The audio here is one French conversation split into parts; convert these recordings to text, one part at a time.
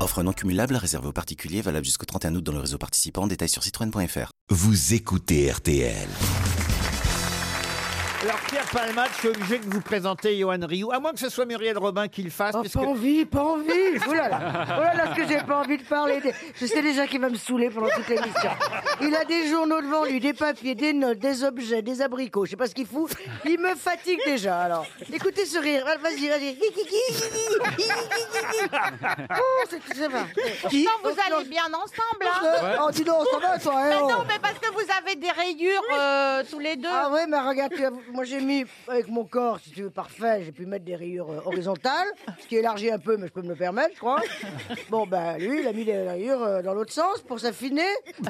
Offre non cumulable réservée aux particuliers valable jusqu'au 31 août dans le réseau participant. Détails sur citroën.fr. Vous écoutez RTL. Alors Pierre Palmade, je suis obligé de vous présenter Johan Rioux, à moins que ce soit Muriel Robin qui le fasse. Oh, puisque- Pas envie, pas envie. Oh là là, oh là là, ce que j'ai pas envie de parler. des- Je sais déjà qu'il va me saouler pendant toute l'émission. Il a des journaux devant lui, des papiers, des notes, des objets, des abricots. Je sais pas ce qu'il fout. Il me fatigue déjà. Alors, écoutez ce rire. Ah, Vas-y, vas-y. Oh, c'est ça va. Pourtant, vous allez bien ensemble, hein Oh, dis donc, ça va, toi, Mais hein, non, oh. mais parce que vous avez des rayures euh, tous les deux. Ah ouais, mais regarde, tu as- moi j'ai mis avec mon corps, si tu veux, parfait, j'ai pu mettre des rayures euh, horizontales, ce qui élargit un peu, mais je peux me le permettre, je crois. Bon, ben lui, il a mis des rayures euh, dans l'autre sens pour s'affiner,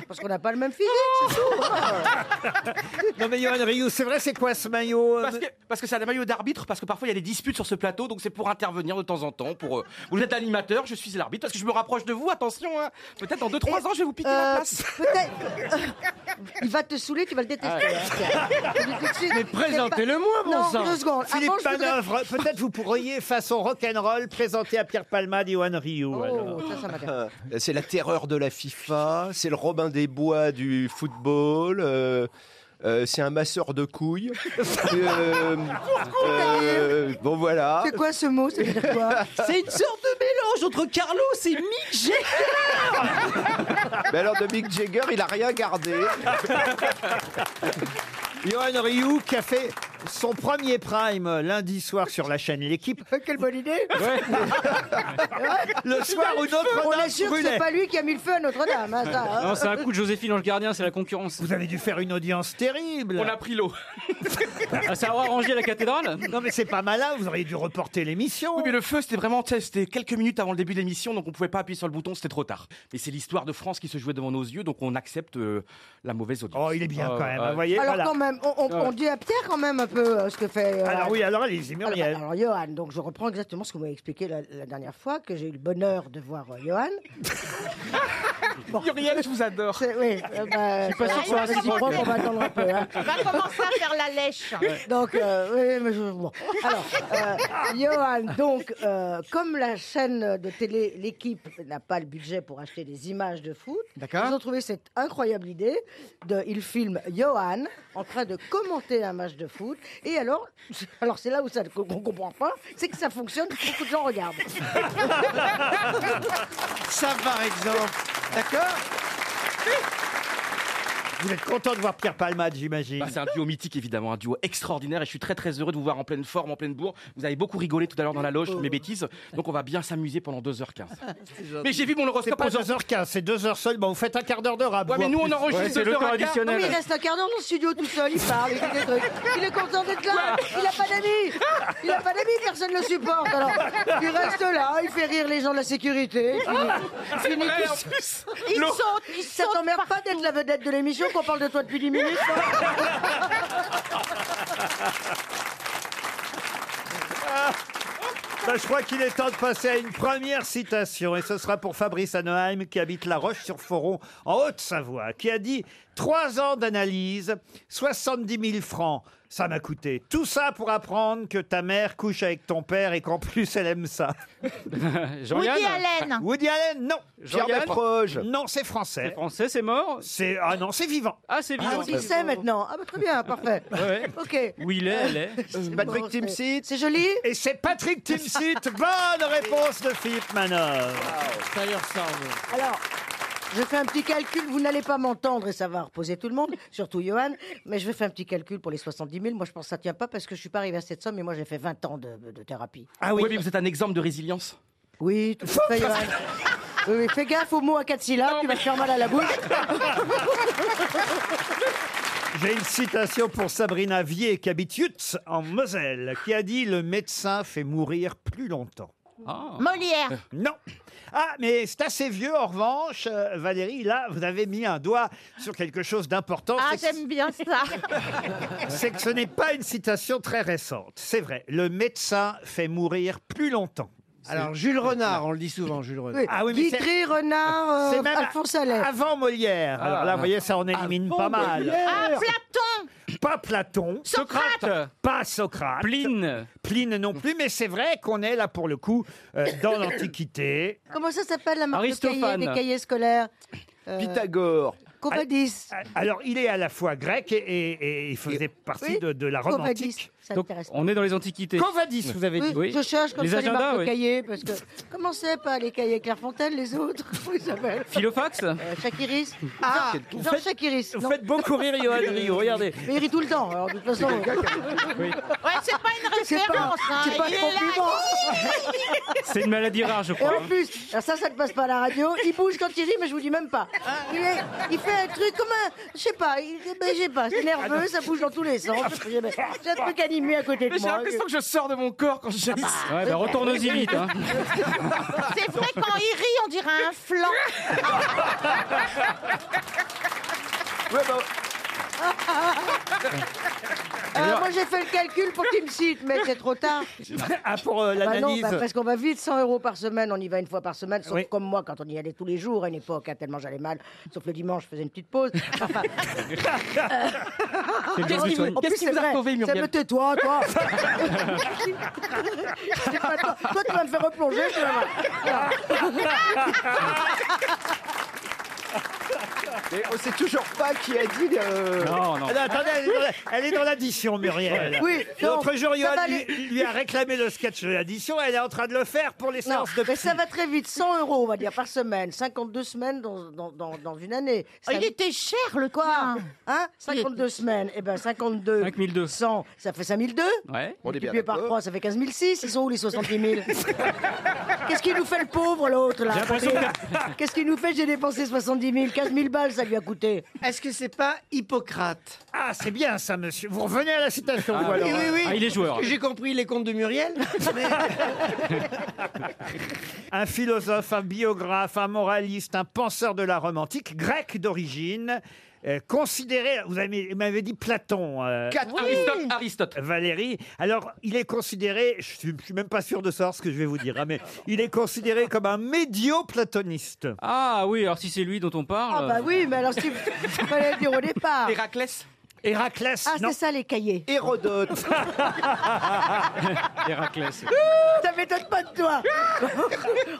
parce qu'on n'a pas le même physique, c'est tout. Non mais Johan Rioux, c'est vrai, c'est quoi ce maillot euh, Parce que, parce que c'est un maillot d'arbitre, parce que parfois il y a des disputes sur ce plateau, donc c'est pour intervenir de temps en temps. Pour, euh, vous êtes animateur, je suis l'arbitre, parce que je me rapproche de vous, attention, hein. peut-être dans 2-3 ans je vais vous piquer la Euh, place. Peut-être. Il va te saouler, tu vas le détester. Ah, hein, tiens. Je te dis tout de suite, Mais c'est pas- présentez-le-moi, bon Non, sang. deux secondes. Philippe Avant, je voudrais- Manœuvre, peut-être vous pourriez, façon rock'n'roll, présenter à Pierre Palmade Johan Rioux. alors. Oh, ça, ça m'intéresse. C'est la terreur de la FIFA, c'est le Robin des Bois du football, euh, euh, c'est un masseur de couilles. Euh, euh, bon voilà. C'est quoi ce mot Ça veut dire quoi C'est une sorte de mélange entre Carlos et Mick Jagger. Mais alors de Mick Jagger, il a rien gardé. Johan Rioux qui a fait son premier prime euh, lundi soir sur la chaîne L'équipe, Quelle bonne idée le soir où On Notre-Dame assure que brûlait. c'est pas lui qui a mis le feu à Notre-Dame, hein, ça, hein. Non, c'est un coup de Joséphine Ange Gardien, c'est la concurrence. Vous avez dû faire une audience terrible. On a pris l'eau. Ah, ça aura rangé la cathédrale Non mais c'est pas malin, vous auriez dû reporter l'émission. Oui, mais le feu, c'était vraiment, tu sais, c'était quelques minutes avant le début de l'émission, donc on pouvait pas appuyer sur le bouton, c'était trop tard. Mais c'est l'histoire de France qui se jouait devant nos yeux, donc on accepte euh, la mauvaise audience. Oh, il est bien Ah, quand même, ouais. vous voyez. Alors voilà. quand même, on, on- on dit à Pierre quand même un peu euh, ce que fait. euh, Alors la- oui, alors allez-y, alors, Muriel. alors, Johan, donc je reprends exactement ce que vous m'avez expliqué la, la dernière fois, que j'ai eu le bonheur de voir euh, Johan. Muriel, je vous adore. C'est- Oui, euh, bah, pas sûr euh, qu'on va si s'y tu prends, on va attendre un peu. hein. On va commencer à faire la lèche. Ah Donc, euh, oui, mais je, bon. Alors, euh, Johan, donc, euh, comme la chaîne de télé, l'équipe n'a pas le budget pour acheter des images de foot, D'accord. ils ont trouvé cette incroyable idée de, ils filment Johan en train de commenter un match de foot. Et alors, alors c'est là où ça qu'on comprend pas, c'est que ça fonctionne, beaucoup de gens regardent. Ça, par exemple. D'accord Vous êtes content de voir Pierre Palmade, j'imagine. Bah, c'est un duo mythique évidemment, un duo extraordinaire et je suis très très heureux de vous voir en pleine forme, en pleine bourre. Vous avez beaucoup rigolé tout à l'heure dans la loge, mes bêtises, donc on va bien s'amuser pendant 2h15. Euh, Mais j'ai vu mon C'est horoscope pas à deux- 2h15, c'est 2h seulement. Vous faites un quart d'heure de rap. Ouais, vous, mais en nous on plus. enregistre Ouais, c'est le deux heures et quart. Non, traditionnel. mais il reste un quart d'heure dans le studio tout seul, il parle, il dit des trucs. Il est content d'être là, il n'a pas d'amis. Il n'a pas d'amis, personne ne le supporte. Alors, il reste là, il fait rire les gens de la sécurité. C'est vrai, Ah, en plus. Ils L'eau. sautent, ils Ça t'emmerde pas d'être la vedette de l'émission qu'on parle de toi depuis 10 minutes Ah, hein Bah, Ah je crois qu'il est temps de passer à une première citation. Et ce sera pour Fabrice Hanoheim, qui habite La Roche-sur-Foron, en Haute-Savoie, qui a dit Trois ans d'analyse, 70 000 francs, ça m'a coûté. Tout ça pour apprendre que ta mère couche avec ton père et qu'en plus elle aime ça. Ah, Woody Jean-Yann Allen. Woody Allen, non. Pierre Jean-Yann Desproges. Non, c'est C'est français. français, c'est mort C'est ah non, c'est vivant. Ah, c'est Ah, vivant. donc il sait maintenant. Ah, bah, très bien, parfait. Ouais. Ok. Où il est, elle est. Patrick Timsit. C'est joli Et c'est Patrick Timsit. Bonne réponse de Philippe Manœuvre. Alors, je fais un petit calcul. Vous n'allez pas m'entendre et ça va reposer tout le monde, surtout Johan. Mais je vais faire un petit calcul pour les 70 000. Moi, je pense que ça tient pas parce que je suis pas arrivé à cette somme. Et moi, j'ai fait 20 ans de, de thérapie. Ah oui. Ouais, mais vous êtes un exemple de résilience. Oui, tout à fait, Johan. Oui, oui, fais gaffe aux mots à quatre syllabes, tu vas te faire mal à la bouche. J'ai une citation pour Sabrina Vier, qui habite Yutz, en Moselle, qui a dit Le médecin fait mourir plus longtemps. Euh, Ah. Molière. Non Ah, mais c'est assez vieux, en revanche, euh, Valérie, là, vous avez mis un doigt sur quelque chose d'important. Ah, c'est que- j'aime bien ça. c'est que ce n'est pas une citation très récente. C'est vrai, le médecin fait mourir plus longtemps. Alors, Jules Renard, on le dit souvent, Jules Renard. Ah Oui. Guitry, Renard, euh, Alphonse Allais. Avant Molière. Ah, Alors là, vous voyez, ça en élimine pas mal. Ah, Platon Pas Platon. Socrate. Pas Socrate. Pline. Pline non plus, mais c'est vrai qu'on est là pour le coup euh, dans l'Antiquité. Comment ça s'appelle la marque de cahiers, Aristophane. des cahiers scolaires Euh, Pythagore. Copadis. Euh, Alors, il est à la fois grec et, et- et il faisait partie Oui. de, de la Rome Covadis, antique. ça Donc, m'intéresse. on est dans les antiquités. Covadis, vous avez Oui, dit. Je cherche comme Les ça les agendas, marques de oui. cahiers, parce que comment c'est pas les cahiers Clairefontaine, les autres Comment ils s'appellent Ah. Philofax Euh, Chakiris Ah, Ah, vous Jean faites- Chakiris. vous non. faites beaucoup rire Johan Rioux, regardez. Mais il rit tout le temps, alors de toute façon. Ouais, c'est pas une C'est pas- référence. hein. c'est pas Il un est là, C'est une maladie rare, je Et crois. en plus, alors ça, ça ne passe pas à la radio. Il bouge quand il rit, mais je vous dis même pas. Ah. Il, est- il fait un truc comme un, je sais pas, il, ben, je sais pas, c'est Ah, nerveux, ça bouge dans tous les sens. J'ai j'ai un truc animé à côté de Mais j'ai moi. l'impression que je sors de mon corps quand je Ouais, bah retourne-y vite. hein. C'est vrai, quand il rit, on dirait un flanc. Ah, moi, j'ai fait le calcul pour qu'il me cite, mais c'est trop tard. Ah, pour euh, Bah non, l'analyse. bah parce qu'on va vite, 100 euros par semaine, on y va une fois par semaine, sauf Oui. comme moi quand on y allait tous les jours à une époque, hein, tellement j'allais mal, sauf le dimanche, je faisais une petite pause. Enfin, C'est bien en que plus, ce soit- en plus, Qu'est-ce qui c'est vous a vrai, sauvé, ça Muriel me tais-toi, toi. C'est pas toi. Toi, tu vas me faire replonger, tu vas voir. Mais on sait toujours pas qui a dit. euh, Non, non. Ah non, attendez, elle est dans la- elle est dans l'addition, Muriel. Oui, L'autre non, jour, ça Johan va lui, aller. lui a réclamé le sketch de l'addition. Elle est en train de le faire pour les Non, séances de mais ça va très vite, 100 euros, on va dire, par semaine, 52 semaines dans, dans, dans, dans une année. Oh, Ça- Il était cher, le Quoi tien. Hein 52 semaines, eh ben 52. 5200. 100, ça fait 5002 Ouais. On est bien Multiplié par d'accord. 3, ça fait 15 006. Ils sont où les 70 000 Qu'est-ce qu'il nous fait le pauvre l'autre là J'ai l'impression Qu'est-ce qu'il nous fait J'ai dépensé 70 000, 15 000 balles ça lui a coûté. Est-ce que c'est pas Hippocrate Ah, c'est bien ça, monsieur. Vous revenez à la citation, vous, alors. Oui, oui, oui. Ah, il est joueur. Parce que J'ai compris les contes de Muriel. Un philosophe, un biographe, un moraliste, un penseur de la Rome antique, grec d'origine, euh, considéré, vous avez- vous m'avez dit Platon, euh, Quatre- Aristote, Aristote. Valérie. Alors, il est considéré, je suis, je suis même pas sûr de savoir ce que je vais vous dire, hein, mais il est considéré comme un médio-platoniste. Ah oui, alors si c'est lui dont on Ah parle. bah oui, mais alors si vous fallait le dire au départ. Héraclès. Héraclès, Ah non. c'est ça les cahiers. Hérodote. euh, Héraclès. Ça m'étonne pas de toi.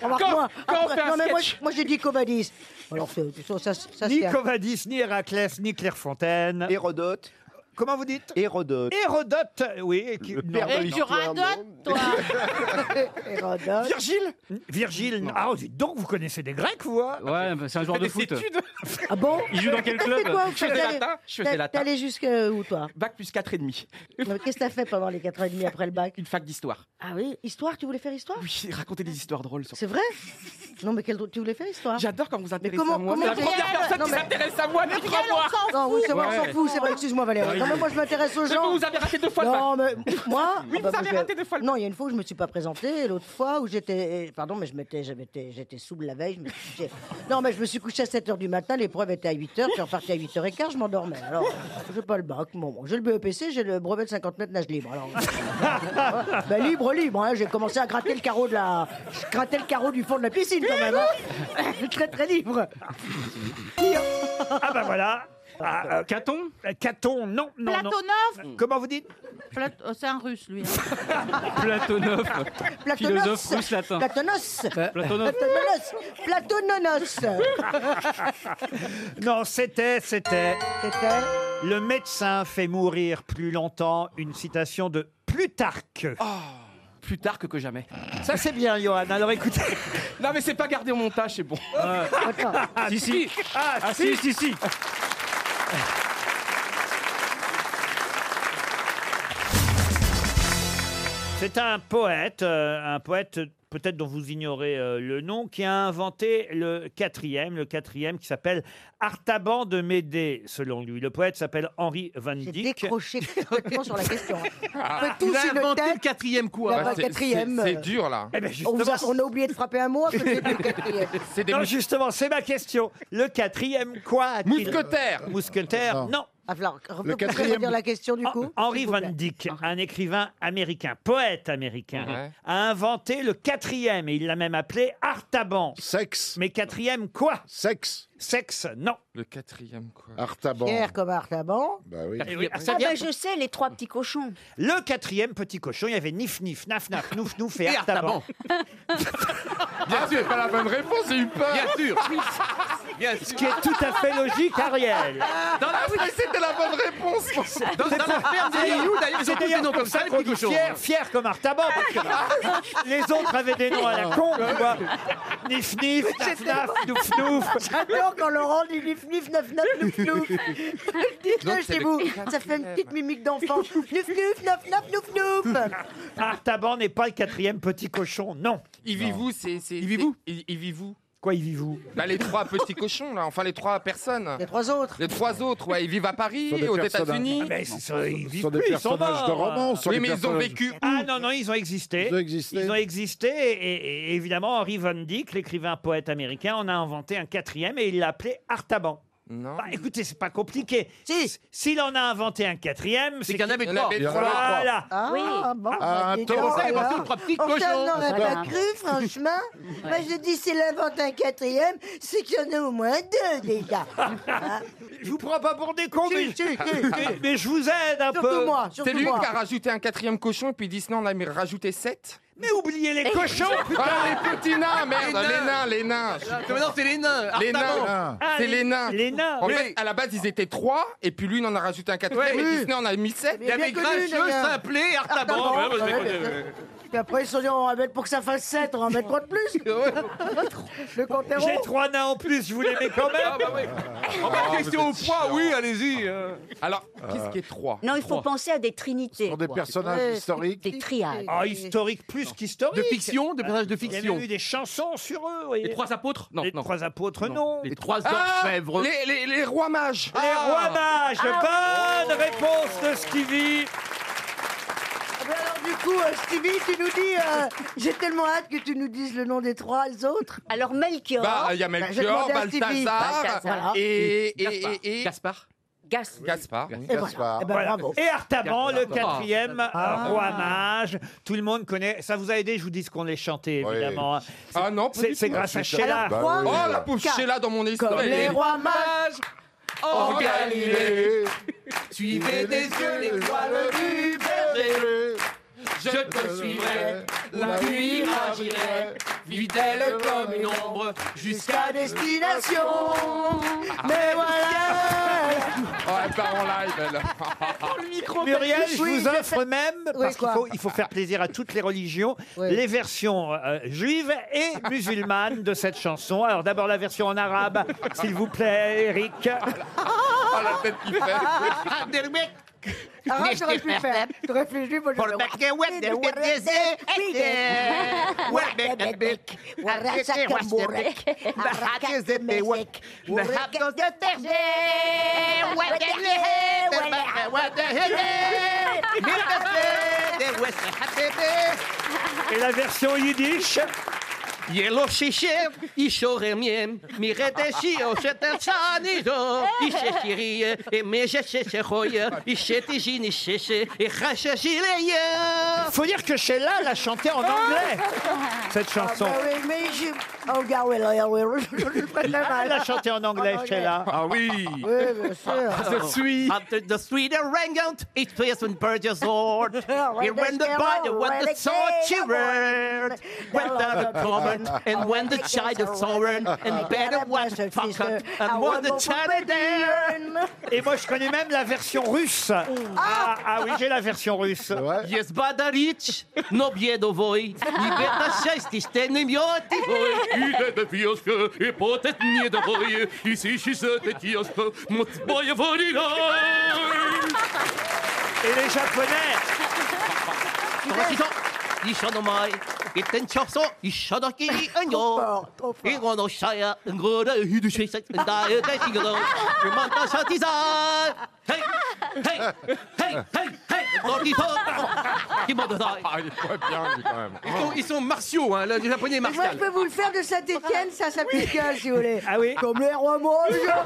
Remarque-moi. Quand- quand on fait un non mais moi, sketch. moi j'ai dit Covadis. Alors c'est- ça, ça, ça Ni c'est un- Covadis, ni Héraclès, ni Clairefontaine. Hérodote. Comment vous dites Hérodote. Hérodote, oui. qui- Le non. père de Et tu l'histoire, radotes, non toi. Hérodote. Virgile Euh, Virgile, non. Ah, dites donc, vous connaissez des Grecs, vous hein Ouais, bah, c'est un joueur de Des foot. études. Ah bon Il joue dans quel club T'as fait quoi au Je faisais fait T'as- latin, je Ben, faisais t'as- latin. T'es allé jusqu'à où toi Bac plus 4,5. Non, mais Qu'est-ce que t'as fait pendant les 4 ans et demi après le bac Une fac d'histoire. Ah oui, histoire, tu voulais faire histoire Oui, raconter des histoires drôles. sur- C'est vrai Non, mais quel... tu voulais faire histoire J'adore quand vous intéressez comment- à moi. comment C'est la j'ai- première personne Non, qui mais- s'intéresse à moi depuis trois Quel, mois. on s'en Non, oui, c'est vrai, on Ouais. s'en fout, c'est vrai, excuse-moi Valérie. Non, mais moi je m'intéresse aux Mais vous, gens. vous avez raté deux fois le bac. Non, mais moi. Oui, vous moi, avez je- raté deux fois le Non, il y a une fois où je me suis pas présentée, et l'autre fois où j'étais. eh, Pardon, mais je m'étais, je m'étais- j'étais sous la veille. Je me suis couché- Non, mais je me suis couché à 7 h du matin, l'épreuve était à 8 h, je suis reparti à 8 h 15, je m'endormais. Alors, j'ai pas le bac, bon, bon, j'ai le BEPC, j'ai le brevet de 50 mètres nage libre. Alors, ben, libre, libre, hein, j'ai commencé à gratter le carreau de la. Je grattais le carreau du fond de la piscine quand même. hein. très, très libre. Ah, bah voilà. Ah, Caton euh, Caton, non, non, Platonov non. Comment vous dites Plat- oh, C'est un russe, lui. hein. Euh, Platonov. Philosophe russe latin. Euh, Platonos. Platonov. Platononos. Platononos. Non, c'était, c'était. C'était. Le médecin fait mourir plus longtemps, une citation de Plutarque. Oh, Plus tard que, que jamais. Ça, c'est bien, Johan. Alors écoutez. Non, mais c'est pas gardé au montage, c'est bon. Si, si. Ah, Ah si, si, si. C'est un poète, euh, un poète peut-être dont vous ignorez euh, le nom, qui a inventé le quatrième, le quatrième qui s'appelle Artaban de Médée, selon lui. Le poète s'appelle Henri Van Dyck. décroché complètement sur la question. Ah. On peut Il tous a une inventé tête. le quatrième quoi Il a Bah, inventé c'est- le quatrième. c'est- c'est dur, là. Eh ben, on, vous a- justement. on a oublié de frapper un mot à côté du quatrième. Non, justement, c'est ma question. Le quatrième quoi a-t-il- Mousquetaire. Mousquetaire, non. Ah, alors, vous pouvez redire la question du Ah, coup Henry Ah, Van Dyck, un écrivain américain, poète américain, Ouais. a inventé le quatrième et il l'a même appelé Artaban. Sexe. Mais quatrième quoi Sexe. Sexe, non. Le quatrième quoi Artaban. Pierre comme Artaban. Bah Bah Eh bah, Ah ben je sais, les trois petits cochons. Le quatrième petit cochon, il y avait Nif Nif, Naf Naf, Nouf Nouf et Et Artaban. Bien sûr, pas la bonne réponse, j'ai eu peur. Bien sûr. Bien Ce qui est tout à fait logique, Ariel. Dans Ah, la... Mais c'était la bonne réponse. Dans- dans la ferme des Liou, Ah, d'ailleurs, ils ont C'est tous des noms comme ça, les Ah. petits cochons. Fier, fier comme Artaban. parce que les autres avaient des noms à la con, tu vois. Nif Nif, Naf Naf, Nouf Nouf. J'adore quand Laurent dit nif nif, naf naf, nouf nouf. Donc, Dites-le c'est chez le vous, quatrième. ça fait une petite mimique d'enfant. Nouf nouf, naf naf, nouf nouf. Artaban n'est pas le quatrième petit cochon, non. Il vit vous, c'est. Il vit vous Il vit vous. Quoi, il vit vous Là, les trois petits cochons, là, enfin les trois personnes. Les trois autres. Les trois autres, ouais, ils vivent à Paris, Ce sont des aux personnages- États-Unis. Ah, mais ce sont- ils vivent sont des plus, ils sont personnages de morts. romans, ce sont Oui, des mais ils ont personnages- vécu Ah non, non, ils ont existé. Ils ont existé. Ils ont existé et, et- et évidemment, Henry Van Dyck, l'écrivain poète américain, en a inventé un quatrième et il l'a appelé Artaban. Bah, écoutez, c'est pas compliqué. S- S'il en a inventé un quatrième, c'est qu'il y en avait trois. Il y en avait trois. Voilà. Ah, Oui. bon, Ah, bah, un dis taureau, donc, c'est alors. inventé aux trois petits Enfin, cochons. on n'aurait Voilà. pas cru, franchement. Moi, je dis, s'il invente un quatrième, c'est qu'il y en a au moins deux, déjà. Ah. Hein Je vous prends pas pour des cons, Si, mais- si, si. mais- mais je vous aide un Surtout peu. moi, surtout Ah, bah. C'est lui moi. qui a rajouté un quatrième cochon, et puis Disney en a mis- rajouté sept. Mais oubliez les cochons, putain. Ah, les petits nains, merde Les Les nains. nains, les nains je suis con. Mais non, c'est les nains, Les Artaban. nains Ah, C'est les- les nains les nains, En oui. fait, à la base, ils étaient trois, et puis lui, il en a rajouté un quatrième, Ouais. et Oui. Disney en a mis sept. Mais bien connu, les nains. Ah, Ah, bah, Artaban, ouais, ouais, bien sûr. Puis après, ils se sont dit, on va mettre pour que ça fasse 7, on va en mettre 3 de plus. Le compte est J'ai rond. trois nains en plus, je vous les mets quand même. Ah, question vous au êtes poids, chiant. oui, allez-y. euh. Alors, qu'est-ce qui est trois Non, il faut penser à des trinités. Sur des personnages Ouais, historiques. Des triades. Ah, historique plus qu'historique. De fiction, de personnages de Il y fiction. avait eu des chansons sur eux. vous voyez. Les trois apôtres Non, les non. trois apôtres, non. Les trois Ah, orfèvres. les, les, les rois mages Les rois mages, Ah. bonne réponse de Stevie. Ah, ben alors, du coup, euh, Stevie, tu nous dis, euh, j'ai tellement hâte que tu nous dises le nom des trois autres. Alors, Melchior. Bah, il y a je vais Melchior, demander à Stevie. Balthazar Balthazar. et. Gaspard. et- et- Gaspard. Gas. Gaspard. Et voilà. Eh ben, Voilà. bravo. Et Artaban, le quatrième euh, Ah. roi mage. Tout le monde connaît. Ça vous a aidé, je vous dis ce qu'on les chantait, évidemment. hein. Ah non, C'est c'est grâce à Sheila. Oh, la pauvre Sheila dans mon esprit. Comme les rois mages en Galilée. Suivez des yeux l'étoile du berger. Je te suivrai, la nuit agirai, fidèle comme une ombre, jusqu'à destination. Mais voilà Oh, elle part en live, elle. Muriel, je Oui, vous je offre même, parce qu'il quoi faut, il faut faire plaisir à toutes les religions, les versions euh, juives et musulmanes de cette chanson. Alors d'abord la version en arabe, s'il vous plaît, Eric. Oh, la tête qui fait. Ah, j'aurais pu le faire. J'aurais pu le faire. Pour le baquet, ouais, des ouais, des ouais, des- ouais, des- des- des- Et la version yiddish ילוששם איש אורם ים, מרד שיו שתרצנינו, אישי שיריה, מששת שחויה, אישי תישי נששת, חששי ליה. Faut dire que Sheila l'a chantée en anglais, Eh, cette chanson. Ah, bah oui, mais je... Oh, gars, oui, là, là, oui, je- je- je préfère Ah, mal. Elle l'a chantée en anglais, Sheila. Ah oui. Ah, Oui, bien sûr. The sweet, the sweet arrangement, each place when birds your sword. We when the body, when the sword shivered, when the torment, and when the child is sovereign, and better was the fucker, and when the child is there. Et moi, je connais même la version russe. Ah, ah oui, j'ai la version russe. Jest badaricz, no biedowoj, i beta sześć, ten miotywoj. Idę do wioska i potem nie dowoje, i siszy se te kioska, moc boje worila. Et les Japonais Ils chantent en maille, It's in Chorso, you shot a key and yo. You want to shy up and go to you do shake and die a dashing alone. You want to shot his eye. Hey, hey, hey, hey, hey, Naughty Dog. Qui m'a donné. Ah, il est pas bien, lui, quand même. Ils sont, ils sont martiaux, hein, le japonais est Mais Moi, je martial. peux vous le faire de Saint-Etienne, ça, ça pique si vous voulez. Ah oui Comme les rois mages,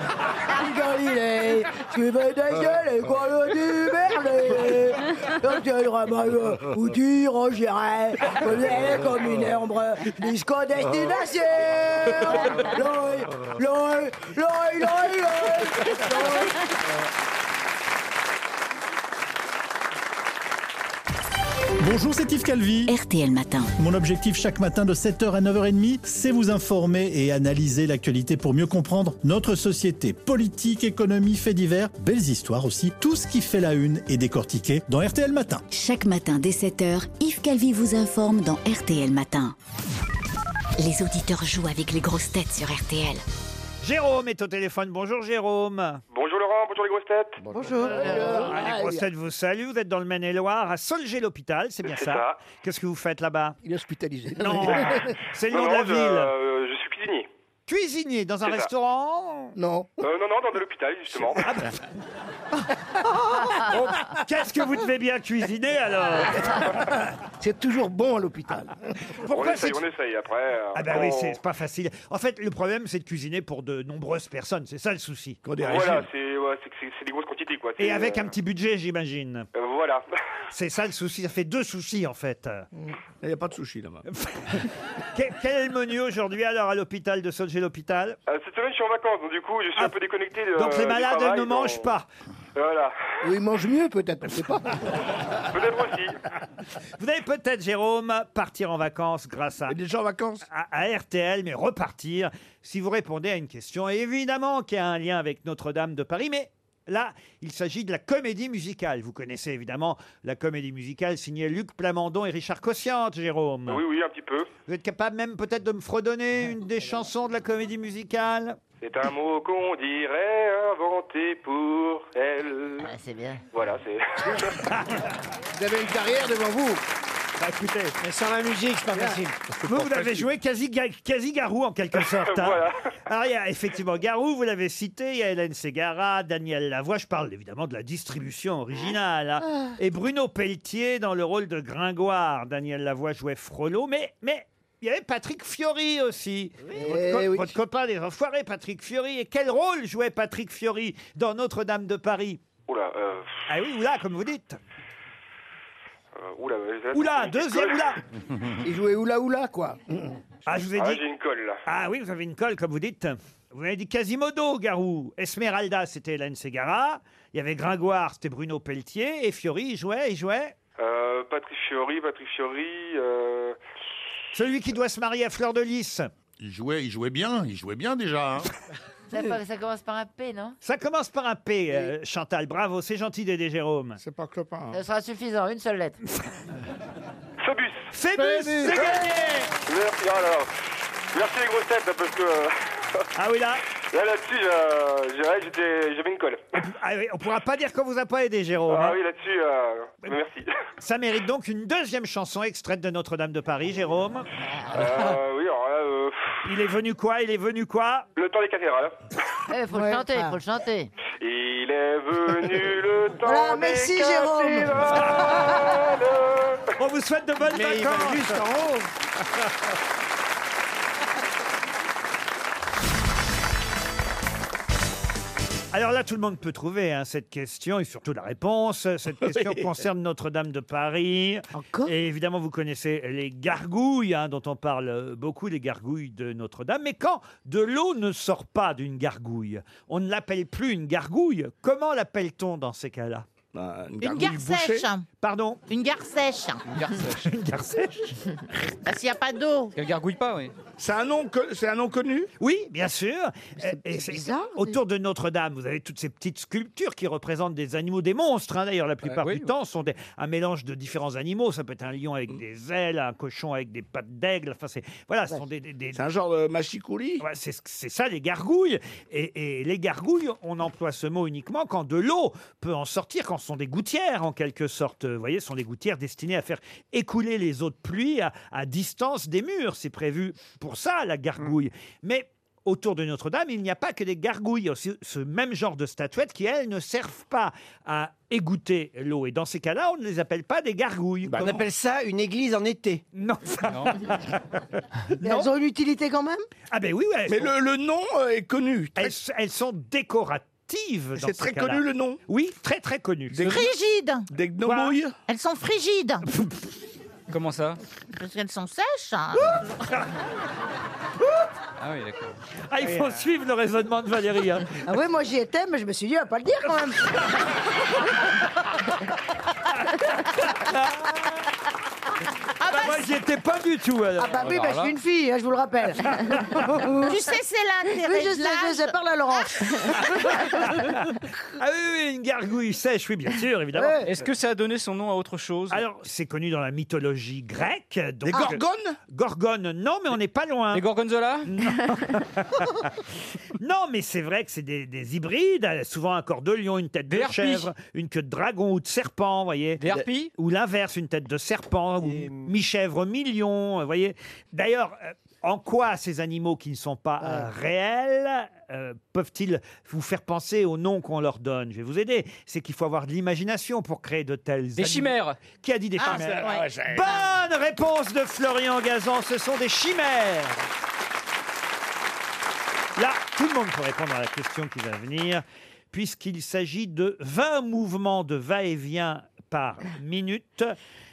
comme Galilée, tu veux Euh. dégueuler, quoi, le du Berlé. Comme tu es le roi mage, où tu rangirais, comme Euh. les- comme une herbe, jusqu'aux destinations. L'œil, l'œil, l'œil, l'œil, l'œil. Bonjour, c'est Yves Calvi. RTL Matin. Mon objectif chaque matin de 7h à 9h30, c'est vous informer et analyser l'actualité pour mieux comprendre notre société, politique, économie, faits divers, belles histoires aussi, tout ce qui fait la une est décortiqué dans RTL Matin. Chaque matin dès 7h, Yves Calvi vous informe dans RTL Matin. Les auditeurs jouent avec les grosses têtes sur RTL. Jérôme est au téléphone. Bonjour Jérôme. Bonjour Laurent, bonjour les grosses têtes. Bonjour. Ah, les grosses têtes vous saluent. Vous êtes dans le Maine-et-Loire, à Solgé-l'Hôpital, c'est bien C'est ça. ça. Qu'est-ce que vous faites là-bas Il est hospitalisé. Non, c'est le Non, nom de la non, je, ville. euh, je suis cuisinier. Cuisinier dans un C'est ça. restaurant Ah, ben. Non. Euh, non, non, dans de l'hôpital, justement. Oh, Bon, Qu'est-ce que vous devez bien cuisiner alors C'est toujours bon à l'hôpital. Pourquoi on essaye, c'est- on essaye. Après, euh, Ah bah oui, on- c'est pas facile. En fait, le problème, c'est de cuisiner pour de nombreuses personnes. C'est ça le souci. Voilà, c'est ouais, c'est que c'est- c'est des grosses quantités, quoi. Et C'est, avec euh, un petit budget, j'imagine. euh, voilà. C'est ça le souci. Ça fait deux soucis en fait. Il n'y a pas de sushi là-bas. Que- quel est le menu aujourd'hui alors à l'hôpital de Solgé l'hôpital Euh, cette semaine, je suis en vacances, donc du coup, je suis un peu déconnecté. de- Ah, Donc les euh, du malades travail, ne donc- mangent pas. Voilà. Ou ils mangent mieux peut-être, on ne sait pas. Peut-être aussi. Vous allez peut-être, Jérôme, partir en vacances grâce à. Déjà en vacances à, à RTL, mais repartir si vous répondez à une question. Évidemment qu'il y a un lien avec Notre-Dame de Paris, mais. Là, il s'agit de la comédie musicale. Vous connaissez évidemment la comédie musicale signée Luc Plamondon et Richard Cossiante, Jérôme. Oui, oui, un petit peu. Vous êtes capable même peut-être de me fredonner une des chansons de la comédie musicale C'est un mot qu'on dirait inventé pour elle. Ah, c'est bien. Voilà, c'est. Vous avez une carrière devant vous. Bah écoutez, mais sans la musique, c'est pas facile. Vous, vous avez joué quasi, ga- quasi Garou en quelque sorte. hein. Voilà. Alors, il y a effectivement Garou, vous l'avez cité, il y a Hélène Ségara, Daniel Lavoie, je parle évidemment de la distribution originale, hein. Ah. et Bruno Pelletier dans le rôle de Gringoire. Daniel Lavoie jouait Frollo, mais. mais il y avait Patrick Fiori aussi. Eh Votre, co- votre copain des enfoirés, Patrick Fiori. Et quel rôle jouait Patrick Fiori dans Notre-Dame de Paris Oula, euh, Ah oui, oula, comme vous dites. euh, oula, euh, Oula, j'ai une deuxième colle. oula. Il jouait oula oula quoi. Ah, je vous ai Ah, dit. j'ai une colle là. Ah oui, vous avez une colle, comme vous dites. Vous avez dit Quasimodo, Garou. Esmeralda, c'était Hélène Segara. Il y avait Gringoire, c'était Bruno Pelletier. Et Fiori, il jouait, il jouait. Euh, Patrick Fiori, Patrick Fiori. Euh... Celui qui doit se marier à Fleur de Lys. Il jouait, il jouait bien, il jouait bien déjà. hein. Ça, pa- ça commence par un P, non Ça commence par un P, euh, Chantal. Bravo, c'est gentil d'aider Jérôme. C'est pas clopin. hein. Ça sera suffisant, une seule lettre. Phébus Phébus, c'est gagné Merci, alors. Merci les grosses têtes, là, parce que. euh, Ah oui, là Là, là-dessus, euh, je dirais que j'étais- j'avais une colle. Ah oui, on pourra pas dire qu'on vous a pas aidé, Jérôme. Ah hein. oui, là-dessus, euh, merci. Ça mérite donc une deuxième chanson extraite de Notre-Dame de Paris, Jérôme. Euh, oui, alors là, euh, Il est venu quoi Il est venu quoi le temps des cathédrales. Eh, faut le chanter, faut le chanter. Il est venu le temps Voilà, des merci, cathédrales. On vous souhaite de bonnes Mais il va vacances. juste en Alors là, tout le monde peut trouver hein, cette question et surtout la réponse. Cette question Oui. concerne Notre-Dame de Paris. Et évidemment, vous connaissez les gargouilles hein, dont on parle beaucoup, les gargouilles de Notre-Dame. Mais quand de l'eau ne sort pas d'une gargouille, on ne l'appelle plus une gargouille. Comment l'appelle-t-on dans ces cas-là Bah, Une gare sèche. Pardon Une gare sèche. Une gare sèche. Ah, S'il n'y a pas d'eau. Elle gargouille pas, oui. C'est un nom, c'est un nom connu. Oui, bien sûr. Euh, Et c'est Autour de Notre-Dame, vous avez toutes ces petites sculptures qui représentent des animaux, des monstres. hein, D'ailleurs, la plupart du temps, sont des- un mélange de différents animaux. Ça peut être un lion avec des ailes, un cochon avec des pattes d'aigle. Enfin, c'est voilà, ce sont des. c'est un genre de machicoulis. c'est c'est ça les gargouilles. Et, et les gargouilles, on emploie ce mot uniquement quand de l'eau peut en sortir, quand ce sont des gouttières en quelque sorte. Vous voyez, ce sont des gouttières destinées à faire écouler les eaux de pluie à, à distance des murs. C'est prévu pour ça, la gargouille. Mais autour de Notre-Dame, il n'y a pas que des gargouilles. Il y a aussi ce même genre de statuettes qui, elles, ne servent pas à égoutter l'eau. Et dans ces cas-là, on ne les appelle pas des gargouilles. Bah, on appelle ça une église en été. Non. Mais Elles ont une utilité quand même Ah ben oui, ouais, Mais le, nom euh, est connu. Elles, elles sont décoratives. C'est dans ces très cas-là. connu, le nom Oui, très très connu. Frigides. Des Elles sont frigides. Comment ça Parce qu'elles sont sèches. hein. Ah oui, d'accord. euh, Ah, il faut suivre le raisonnement de Valérie. hein. Ah oui, moi j'y étais, mais je me suis dit, on va pas le dire quand même. Ah bah, moi, j'y étais pas du tout. Alors. Ah bah oui, bah, je suis une fille, hein, je vous le rappelle. Tu sais, c'est l'intérêt Oui, je de sais, je l'âge. sais, parle à Laurent. Ah oui, oui, une gargouille sèche, oui, bien sûr, évidemment. Ouais. Est-ce que ça a donné son nom à autre chose Alors, c'est connu dans la mythologie grecque. Donc... euh, Des gorgones Gorgones, non, mais on n'est pas loin. Les gorgonzola non. Non, mais c'est vrai que c'est des, des hybrides, euh, souvent un corps de lion, une tête de harpies. chèvre, une queue de dragon ou de serpent, vous voyez. Des harpies Ou l'inverse, une tête de serpent, ou mi-chèvre, mi-lion, vous voyez. D'ailleurs, euh, en quoi ces animaux qui ne sont pas euh, Ah. réels euh, peuvent-ils vous faire penser aux noms qu'on leur donne Je vais vous aider. C'est qu'il faut avoir de l'imagination pour créer de tels Des chimères. Qui a dit des Ah, chimères c'est- ouais, j'ai- Bonne réponse de Florian Gazan, ce sont des chimères. Là, tout le monde peut répondre à la question qui va venir, puisqu'il s'agit de 20 mouvements de va-et-vient par minute.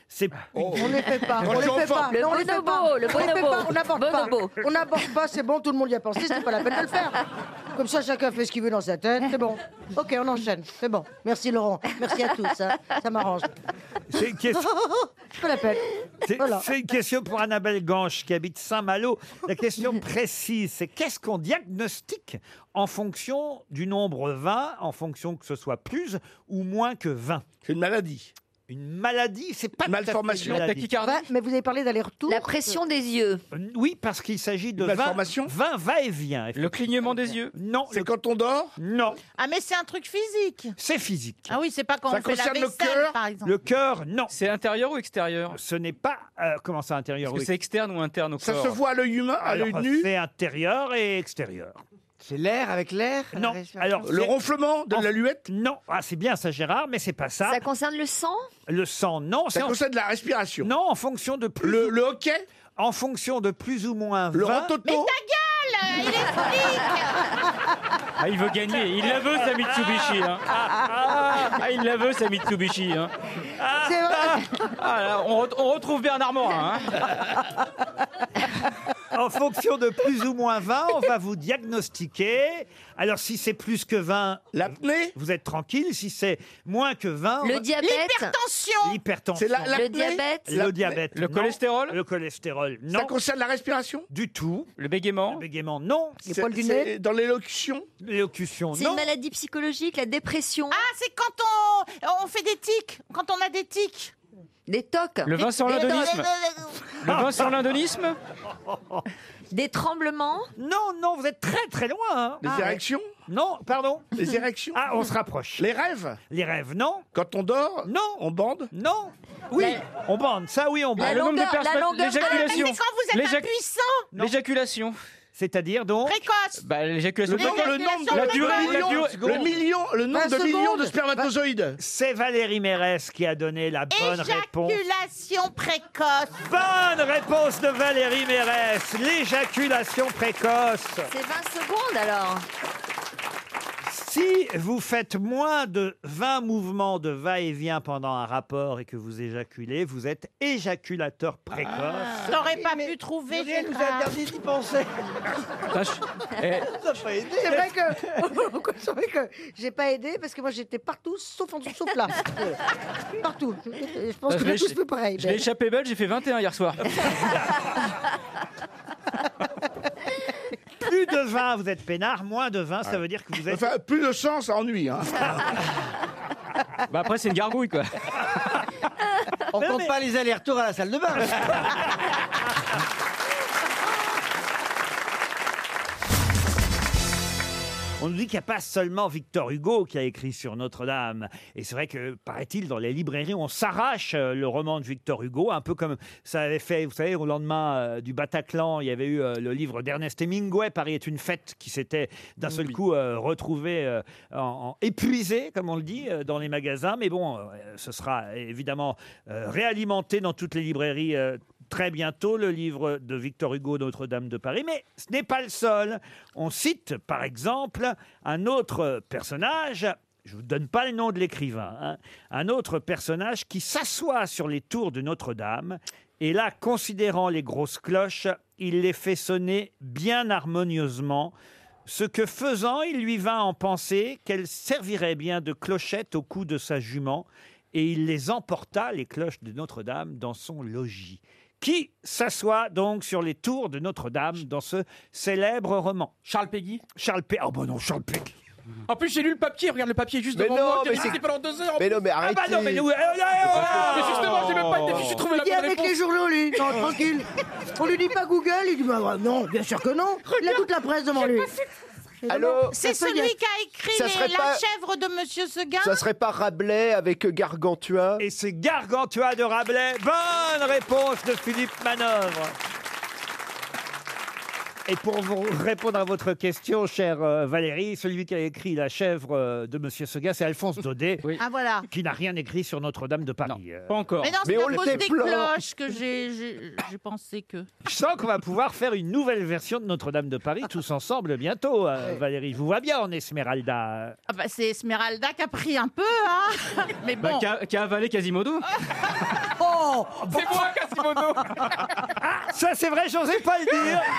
C'est On les fait pas, on les fait pas. Le Non, on les fait bonobo, pas. On le les fait bonobo. pas, On n'aborde Bonobo. pas. On n'aborde pas, c'est bon, tout le monde y a pensé, c'est pas la peine de le faire. Comme ça, chacun fait ce qu'il veut dans sa tête, c'est bon. Ok, on enchaîne, c'est bon. Merci Laurent, merci à tous, hein. ça m'arrange. C'est une, question- C'est pas la peine. c'est- Voilà. c'est une question pour Annabelle Ganche qui habite Saint-Malo. La question précise, c'est qu'est-ce qu'on diagnostique en fonction du nombre 20, en fonction que ce soit plus ou moins que 20 C'est une maladie. Une maladie, c'est pas tout à fait une maladie. Bah, mais vous avez parlé d'aller-retour. La pression des yeux. Euh, Oui, parce qu'il s'agit de Une 20, malformation 20 va-et-vient. Le clignement des yeux Non. C'est quand on dort Non. Ah, mais c'est un truc physique. C'est physique. Ah oui, c'est pas quand Ça on fait la concerne le vaisselle, cœur par exemple. Le cœur, non. C'est intérieur ou extérieur Ce n'est pas. euh, comment ça, intérieur Est-ce que oui. c'est externe ou interne au corps Alors, C'est intérieur et extérieur. C'est l'air avec l'air Non. Alors, Le ronflement de l'aluette Non. Ah, c'est bien ça, Gérard, mais c'est pas ça. Ça concerne le sang Le sang, non. Ça concerne la respiration Non, en fonction de plus. Le, hockey En fonction de plus ou moins. Le Mais ta gueule Il explique Ah, il veut gagner. Il la veut, sa Mitsubishi. hein. Ah, ah, il la veut, sa Mitsubishi. hein. C'est vrai. Ah, là, on, re- on retrouve Bernard Morin. hein. en fonction de plus ou moins 20, on va vous diagnostiquer. Alors, si c'est plus que 20, l'apnée, vous êtes tranquille. Si c'est moins que 20, on Le va- diabète L'hypertension L'hypertension. C'est la- l'apnée Le diabète Le L'apnée diabète. Le non. cholestérol Le cholestérol. Non. Ça concerne la respiration Du tout. Le bégaiement Le bégaiement, non. Les C'est- poils du c'est nez Dans l'élocution L'élocution, C'est une non. maladie psychologique, la dépression. Ah, c'est quand on, on fait des tics, quand on a des tics. Des tocs. Le vin sans l'indonisme. Le vin sans l'indonisme Des tremblements. Non, non, vous êtes très très loin. hein. Les érections Non, pardon. Les érections Ah, on se rapproche. Les rêves Les rêves, non. Quand on dort Non. On bande Non. Oui, on bande. Ça, oui, on bande. Ah, le nombre de personnes. L'éjaculation. Ah, mais c'est quand vous êtes impuissant. Non. L'éjaculation. C'est-à-dire donc Précoce. Bah, l'éjaculation. Le nombre- le nombre de- la durée, le la million, durée- le million, le nombre de millions de spermatozoïdes. C'est Valérie Mérès qui a donné la bonne réponse. Éjaculation précoce. Bonne réponse de Valérie Mérès. L'éjaculation précoce. C'est 20 secondes alors. Si vous faites moins de 20 mouvements de va-et-vient pendant un rapport et que vous éjaculez, vous êtes éjaculateur précoce. Ah. T'aurais pas pu trouver. Gérard. Ah. d'y penser. Ah. Eh, Ça pas aidé. Eh. C'est vrai que, c'est vrai que j'ai pas aidé parce que moi j'étais partout sauf en dessous, sauf là. partout. Et Je pense Ah, que je l'ai- tous fait pareil. Je l'ai échappé belle, j'ai fait 21 hier soir. Plus de 20, vous êtes peinard. Moins de 20, ça veut dire que vous êtes... Enfin, plus de chance, ça ennuie. Hein. bah après, c'est une gargouille, quoi. On compte pas les allers-retours à la salle de bain. On On nous dit qu'il n'y a pas seulement Victor Hugo qui a écrit sur Notre-Dame. Et c'est vrai que, paraît-il, dans les librairies, on s'arrache euh, le roman de Victor Hugo, un peu comme ça avait fait, vous savez, au lendemain euh, du Bataclan, il y avait eu euh, le livre d'Ernest Hemingway, Paris est une fête, qui s'était d'un seul coup euh, retrouvé euh, en, en- épuisé, comme on le dit, euh, dans les magasins. Mais bon, euh, ce sera évidemment euh, réalimenté dans toutes les librairies. euh, très bientôt le livre de Victor Hugo Notre-Dame de Paris, mais ce n'est pas le seul. On cite par exemple un autre personnage. Je ne vous donne pas le nom de l'écrivain. hein. Un autre personnage qui s'assoit sur les tours de Notre-Dame et là, considérant les grosses cloches, il les fait sonner bien harmonieusement. Ce que faisant, il lui vint en penser qu'elles serviraient bien de clochettes au cou de sa jument, et il les emporta, les cloches de Notre-Dame, dans son logis. Qui s'assoit donc sur les tours de Notre-Dame dans ce célèbre roman Charles Péguy Charles Péguy. Oh, bah non, Charles Péguy. En plus, j'ai lu le papier, regarde le papier est juste Mais devant non, moi. mais Mais c'est- c'est pendant deux heures. en Mais plus. non, mais Ah bah non, mais arrêtez. oui, ah, ah, ah, ah, Mais justement, j'ai même pas été- j'ai trouvé la Il est bonne avec réponse. les journaux, lui. Non, tranquille. On lui dit pas Google. Il dit bah, bah, non, bien sûr que non. Il a toute la presse devant lui. Allô C'est Ça serait- celui qui a écrit ça les- serait La pas- chèvre de Monsieur Seguin Ça serait pas Rabelais avec Gargantua Et c'est Gargantua de Rabelais. Bonne réponse de Philippe Manœuvre. Et pour vous répondre à votre question, chère euh, Valérie, celui qui a écrit La chèvre euh, de Monsieur Seguin, c'est Alphonse Daudet, Ah voilà. qui n'a rien écrit sur Notre-Dame de Paris. Euh, Pas encore. Mais non, c'est à cause des cloches que j'ai- j'ai j'ai pensé que. Je sens qu'on va pouvoir faire une nouvelle version de Notre-Dame de Paris tous ensemble bientôt, euh, Valérie. Je vous vois bien en Esmeralda. Ah bah, c'est Esmeralda qui a pris un peu, hein Mais Bah, bon. qui, a, qui a avalé Quasimodo Ah, Oh, C'est moi, Quasimodo Ah, Ça, c'est vrai, j'osais pas le dire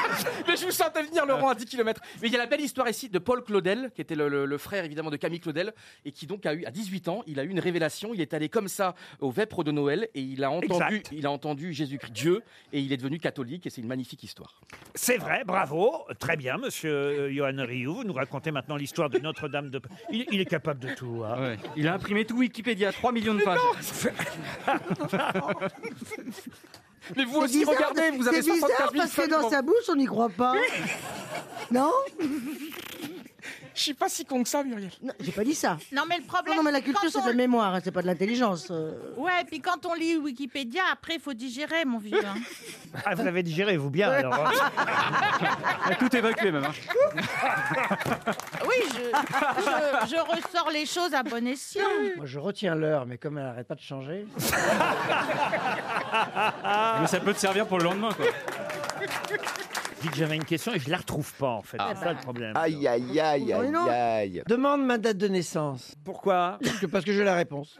Mais je vous sentais venir, Laurent, à 10 km. Mais il y a la belle histoire ici de Paul Claudel, qui était le, le- le frère évidemment de Camille Claudel, et qui donc a eu, à 18 ans, il a eu une révélation. Il est allé comme ça au vêpres de Noël, et il a entendu, il a entendu Jésus-Christ, Dieu, et il est devenu catholique, et c'est une magnifique histoire. C'est vrai, bravo. Très bien, monsieur euh, Johan Rioux. Vous nous racontez maintenant l'histoire de Notre-Dame de Paris. Il, il est capable de tout. hein. Il a imprimé tout Wikipédia, 3 millions de pages. Mais vous C'est aussi, bizarre, regardez, de- vous avez C'est 75 bizarre 000 parce que feuilles dans sa bouche, on n'y croit pas. non Je suis pas si con que ça, Muriel. Non, j'ai pas dit ça. Non, mais le Non, problème. non, mais la c'est culture, quand c'est on- de la mémoire, hein, c'est pas de l'intelligence. euh. Ouais, puis quand on lit Wikipédia, après, il faut digérer, mon vieux. hein. Ah, vous avez digéré, vous bien alors. hein. Tout évacué même. hein. Oui, je, je- je ressors les choses à bon escient. Moi, je retiens l'heure, mais comme elle n'arrête pas de changer. Mais ça peut te servir pour le lendemain quoi. Dites, j'avais une question et je la retrouve pas en Ah. fait. C'est ça le problème. Ah. Aïe, aïe, aïe, Oh, Mais aïe, non. aïe. Demande ma date de naissance. Pourquoi parce que, parce que j'ai la réponse.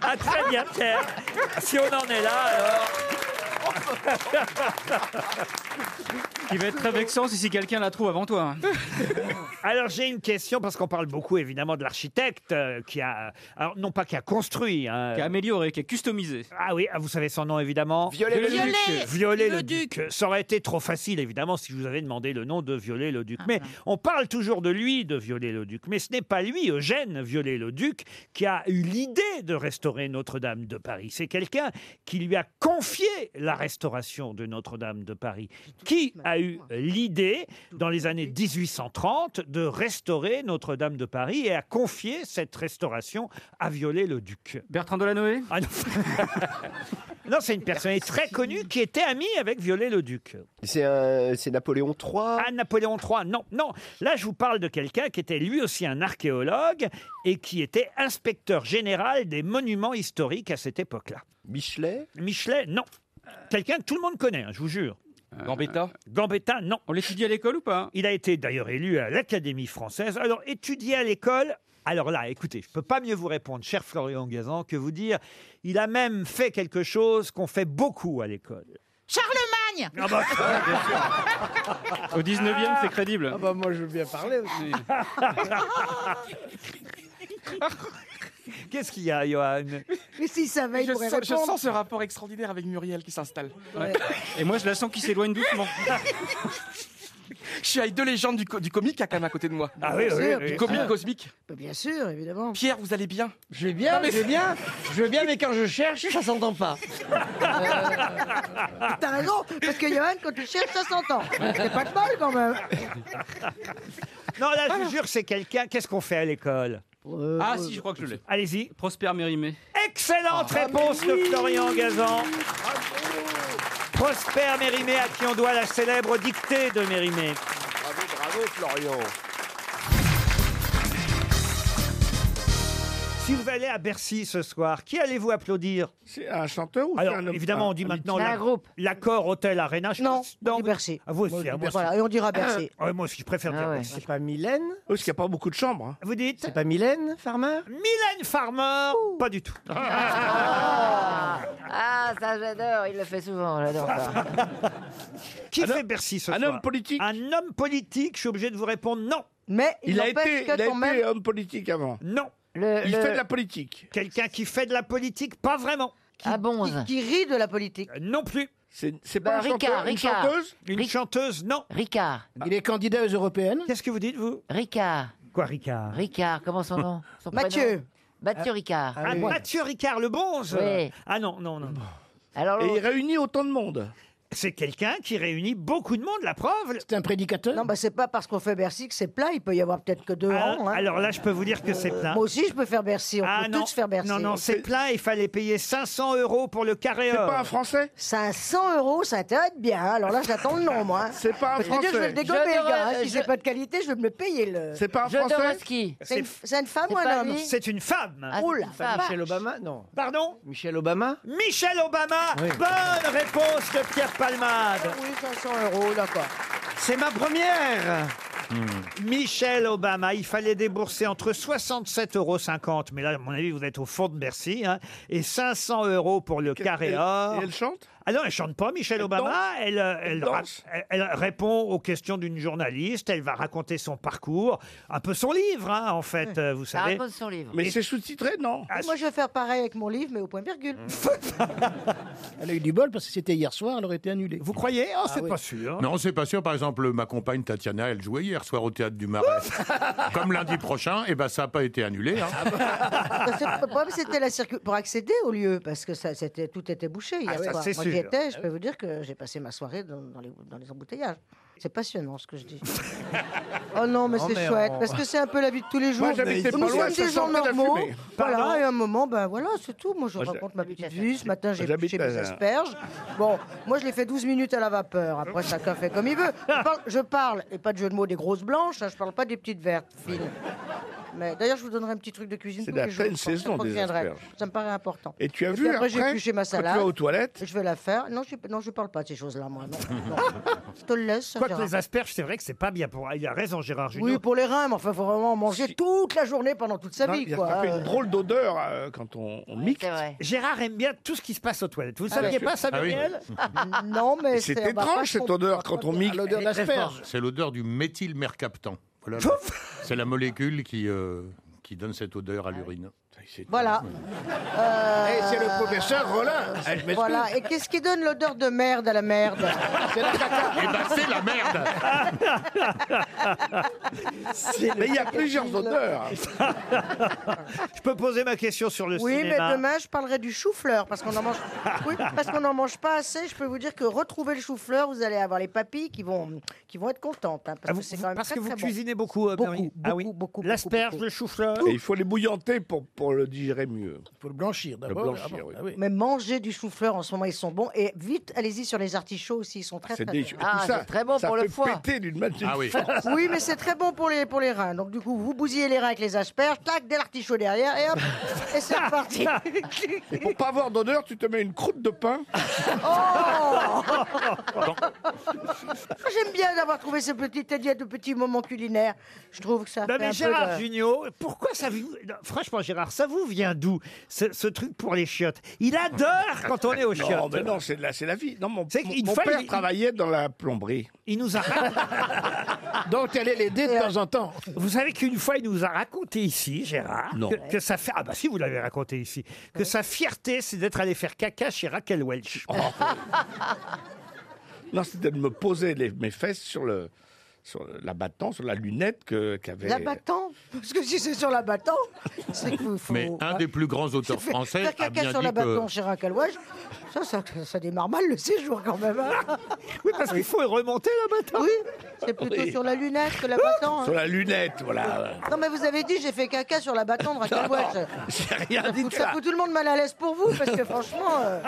Ah, très bien, Pierre. Si on en est là, alors. Il va être très vexant si, si quelqu'un la trouve avant toi. hein. Alors j'ai une question parce qu'on parle beaucoup évidemment de l'architecte euh, qui a, alors non pas qui a construit, hein. Qui a amélioré, qui a customisé. Ah oui, ah, vous savez son nom évidemment. Viollet-le-Duc. Viollet, le le duc. Ça aurait été trop facile évidemment si je vous avais demandé le nom de Violet le duc. Mais on parle toujours de lui, de Violet le duc. Mais ce n'est pas lui, Eugène Violet le duc, qui a eu l'idée de restaurer Notre-Dame de Paris. C'est quelqu'un qui lui a confié la restauration de Notre-Dame de Paris. Qui a eu l'idée dans les années 1830 de restaurer Notre-Dame de Paris et a confié cette restauration à Violet le duc. Bertrand Delanoë Ah non. Non, c'est une personne très connue qui était amie avec Viollet-le-Duc. C'est un- Euh, c'est Napoléon III. Ah, Napoléon III, non, non. Là, je vous parle de quelqu'un qui était lui aussi un archéologue et qui était inspecteur général des monuments historiques à cette époque-là. Michelet. Michelet, non. Quelqu'un que tout le monde connaît, hein, je vous jure. Gambetta Gambetta, non. Euh, On l'étudie à l'école ou pas hein Il a été d'ailleurs élu à l'Académie française. Alors, étudié à l'école. Alors là, écoutez, je ne peux pas mieux vous répondre, cher Florian Gazan, que vous dire. Il a même fait quelque chose qu'on fait beaucoup à l'école. Charlemagne Ah bah, Au 19e, c'est crédible. Ah bah moi, je veux bien parler aussi. Ah. Qu'est-ce qu'il y a, Johan Mais si ça va, il Je pourrait sens, je répondre. sens ce rapport extraordinaire avec Muriel qui s'installe. Et moi, je la sens qui s'éloigne doucement. Je suis avec deux légendes du, co- du comique à quand même à côté de moi. Ah oui, oui, oui, oui. Du comique Ah. cosmique. Bah, Bien sûr, évidemment. Pierre, vous allez bien Je vais bien, Non, mais- je vais bien, je vais bien, mais quand je cherche, ça s'entend pas. T'as raison, parce que Johan, quand tu cherches, ça s'entend. C'est pas de bol quand même. Non, là, je vous jure, c'est quelqu'un. Qu'est-ce qu'on fait à l'école Euh, Ah si, je crois que je l'ai. Euh, Allez-y. Prosper Mérimée. Excellente Ah. réponse Ah, mais de oui. Florian Gazan. Prosper Mérimée, à qui on doit la célèbre dictée de Mérimée. Bravo, bravo, Florian. Si vous allez à Bercy ce soir, qui allez-vous applaudir C'est Ah, un chanteur ou Alors, c'est un homme- évidemment, on dit un maintenant musicien la- Un groupe. l'accord Hôtel Arena. Non, non Bercy. Ah, vous aussi, Moi, je ah, dis moi aussi. Voilà, et on dira Bercy. Ah, ouais, moi aussi, je préfère dire Bercy. pas Mylène Parce qu'il n'y a pas beaucoup de chambres. hein. Vous dites C'est pas Mylène, Farmer Mylène Farmer Pas du tout. Ah, ça j'adore, il le fait souvent, j'adore ça. Qui fait Bercy ce soir Un homme politique Un homme politique, je suis obligé de vous répondre non. Mais il Il a n'empêche été- que il a quand été même- homme politique avant. Non. Il le- fait de la politique. Quelqu'un qui fait de la politique Pas vraiment. Qui, Qui rit de la politique. Euh, Non plus. C'est pas un chanteur, une chanteuse Une chanteuse, non. Ricard. Il est candidat aux européennes Qu'est-ce que vous dites, vous Ricard. Quoi, Ricard Ricard, comment son nom son Mathieu. prénom Mathieu Ricard. Ah, Mathieu Ricard, le bonze Oui. Ah non, non, non. Alors, Et il réunit autant de monde. C'est quelqu'un qui réunit beaucoup de monde, la preuve. C'est un prédicateur Non, bah c'est pas parce qu'on fait Bercy que c'est plat. Il peut y avoir peut-être que deux Ah, ans. hein. Alors là, je peux vous dire que c'est plein. Moi aussi, je peux faire Bercy. On Ah peut non, tous faire Bercy. non, non, c'est plein. Il fallait payer 500 euros pour le carré or. Français 500 euros, ça t'aide bien. hein. Alors là, j'attends le nom, moi. C'est pas un Je veux dire, je vais Français. le dégommer, le gars. hein. Jodorowsky. Si c'est pas de qualité, je vais me le payer. Le... Euh, C'est pas un Français Jodorowsky. C'est une, c'est une femme C'est ou un pas homme lui C'est une femme. Ah, c'est Oula, une femme. vache. Obama Non. Pardon Michel Obama Michel Obama. Oui. Bonne réponse de Pierre Palmade. Oui, 500 euros, d'accord. C'est ma première. Michel Obama, il fallait débourser entre 67,50 euros, mais là, à mon avis, vous êtes au fond de Bercy, hein, et 500 euros pour le carré et- or. et elle chante Ah non, elle chante pas, Michel Obama. danse Elle, euh, elle, ra- danse elle- elle répond aux questions d'une journaliste, elle va raconter son parcours, un peu son livre, hein, en fait, euh, vous Ça savez. raconte son livre. Mais c'est sous-titré, non Ah, Moi, je vais faire pareil avec mon livre, mais au point virgule. Elle a eu du bol parce que c'était hier soir, elle aurait été annulée. Vous croyez Ah Oh, c'est oui. pas sûr. Non, c'est pas sûr. Par exemple, ma compagne Tatiana, elle jouait hier soir au théâtre du Marais. Comme lundi prochain, et ben ça n'a pas été annulé. hein. Ah Parce que le problème, c'était la circu- pour accéder au lieu, parce que ça, c'était, tout était bouché hier Ah, ça, soir. c'est Moi, j'y sûr. étais, je peux vous dire que j'ai passé ma soirée dans, dans les, dans les embouteillages. C'est passionnant ce que je dis. oh non, mais Non, c'est mais chouette, on- parce que c'est un peu la vie de tous les jours. Moi, j'habitais Nous pas loin, sommes ça des gens sentait la normaux. fumée. Voilà, Pardon et à un moment, ben voilà, c'est tout. Moi, je Moi, je- raconte ma petite vie. Ce matin, j'ai J'habite pêché mes à- asperges. Bon, moi, je l'ai fait 12 minutes à la vapeur. Après, chacun fait comme il veut. Je parle, je parle, et pas de jeu de mots, des grosses blanches. hein, je parle pas des petites vertes fines. Mais d'ailleurs, je vous donnerai un petit truc de cuisine. C'est tous la les jours, pleine je pense, ça saison des reviendrait. asperges. Ah, Ça me paraît important. Et tu as puis vu après, j'ai après, épluché ma quand tu salade. vas aux toilettes Je vais la faire. Non, je non, je parle pas de ces choses-là, moi. Non. Non. je te le laisse. ça Ah, Quoique verra. les asperges, c'est vrai que c'est pas bien pour. Il a raison, Gérard Junior. Oui, pour les reins, mais enfin, faut vraiment en manger toute la journée pendant toute sa Non, vie, il y a- quoi. ça fait hein. une drôle d'odeur euh, quand on, on mixe. Gérard aime bien tout ce qui se passe aux toilettes. Ah, Ah, Vous ne saviez pas, Samuel Non, mais C'est on va pas étrange cette se odeur quand on mixe. l'odeur Elle est très d'asperge. forte. C'est l'odeur du méthylmercaptan. Voilà, le- c'est la molécule qui, euh, qui donne cette odeur à l'urine. Voilà. Euh, Eh, c'est le professeur Rollin. Eh, je m'excuse. Voilà. Et qu'est-ce qui donne l'odeur de merde à la merde Eh ben, c'est la merde Mais il y a plusieurs odeurs. Je peux poser ma question sur le Oui, mais cinéma. demain, je parlerai du chou-fleur parce qu'on en mange. Oui, parce qu'on n'en mange pas assez. Je peux vous dire que retrouver le chou-fleur, vous allez avoir les papilles qui vont, qui vont être contentes. hein, parce Ah, que vous- c'est quand même parce très, que vous très bon. cuisinez beaucoup, euh, Beaucoup, Marie. Ah oui. beaucoup, beaucoup, L'asperge, beaucoup. le chou-fleur. Et il faut les bouillanter pour, pour le digérer mieux. Pour le blanchir Le d'abord. blanchir, avant. oui. Ah oui. Mais mangez du chou-fleur en ce moment, ils sont bons. Et vite, allez-y sur les artichauts aussi, ils sont très C'est très délicieux. bons. Tout Ah, ça, ça fait péter d'une matinée. Ah oui. Oui, mais c'est très bon pour les, pour les reins. Donc, du coup, vous bousillez les reins avec les asperges, tac, dès l'artichaut derrière, et hop, et c'est reparti. Et pour pas avoir d'odeur, tu te mets une croûte de pain. Oh J'aime bien d'avoir trouvé ce petit teddy de petits moments culinaires. Je trouve que ça Non fait un mais peu Gérard de- Junior, pourquoi ça vous... non, Franchement Gérard, ça vous vient d'où ce, ce truc pour les chiottes Il adore quand on est aux chiottes. Non, mais non, c'est de la, c'est la vie. Non, mon, C'est mon- qu'il mon fallait- père travaillait dans la plomberie. Il nous a Donc elle est l'aider de temps en temps. Vous savez qu'une fois, il nous a raconté ici, Gérard, Non. Que, que sa fi- Ah bah si, vous l'avez raconté ici. Que sa fierté, c'est d'être allé faire caca chez Raquel Welch. Non, c'était de me poser les- mes fesses sur le sur l'abattant, sur la lunette que- qu'avait. L'abattant Parce que si c'est sur l'abattant, c'est que faut... Mais un des plus grands auteurs Faire- français Oh. Faire a bien caca sur dit l'abattant que- chez Racalwash, ça, ça, ça démarre mal le séjour quand même. hein. Oui, parce qu'il faut remonter l'abattant. Oui, c'est plutôt Oui. sur la lunette que l'abattant. hein. Sur la lunette, voilà. Non, mais vous avez dit, j'ai fait caca sur l'abattant de Racalwash. J'ai rien dit de Ça ça. fout tout le monde mal à l'aise pour vous, parce que franchement. euh,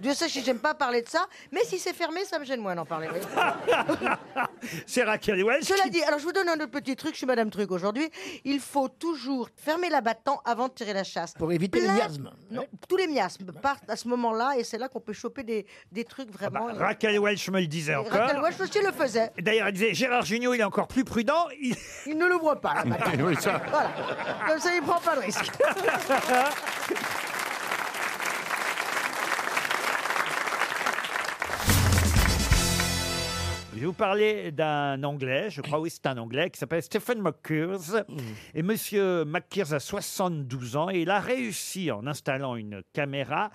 Dieu sait si j'aime pas parler de ça, mais si c'est fermé, ça me gêne moins d'en parler. C'est Raquel Welch. Cela dit, alors je vous donne un autre petit truc, je suis Madame Truc aujourd'hui. Il faut toujours fermer l'abattant avant de tirer la chasse. Pour éviter les miasmes. Non, tous les miasmes partent à ce moment-là et c'est là qu'on peut choper des, des trucs vraiment. euh, Raquel Welch me le disait Et Raquel encore. Welch aussi le faisait. D'ailleurs, elle disait Gérard Jugnot, il est encore plus prudent. Il, il ne l'ouvre pas. l'abattant. Oui, ça. Voilà. Comme ça, il prend pas de risque. Je vais vous parler d'un Anglais, je crois oui c'est un Anglais, qui s'appelle Stephen McCurse. Et Monsieur McCurse a 72 ans et il a réussi en installant une caméra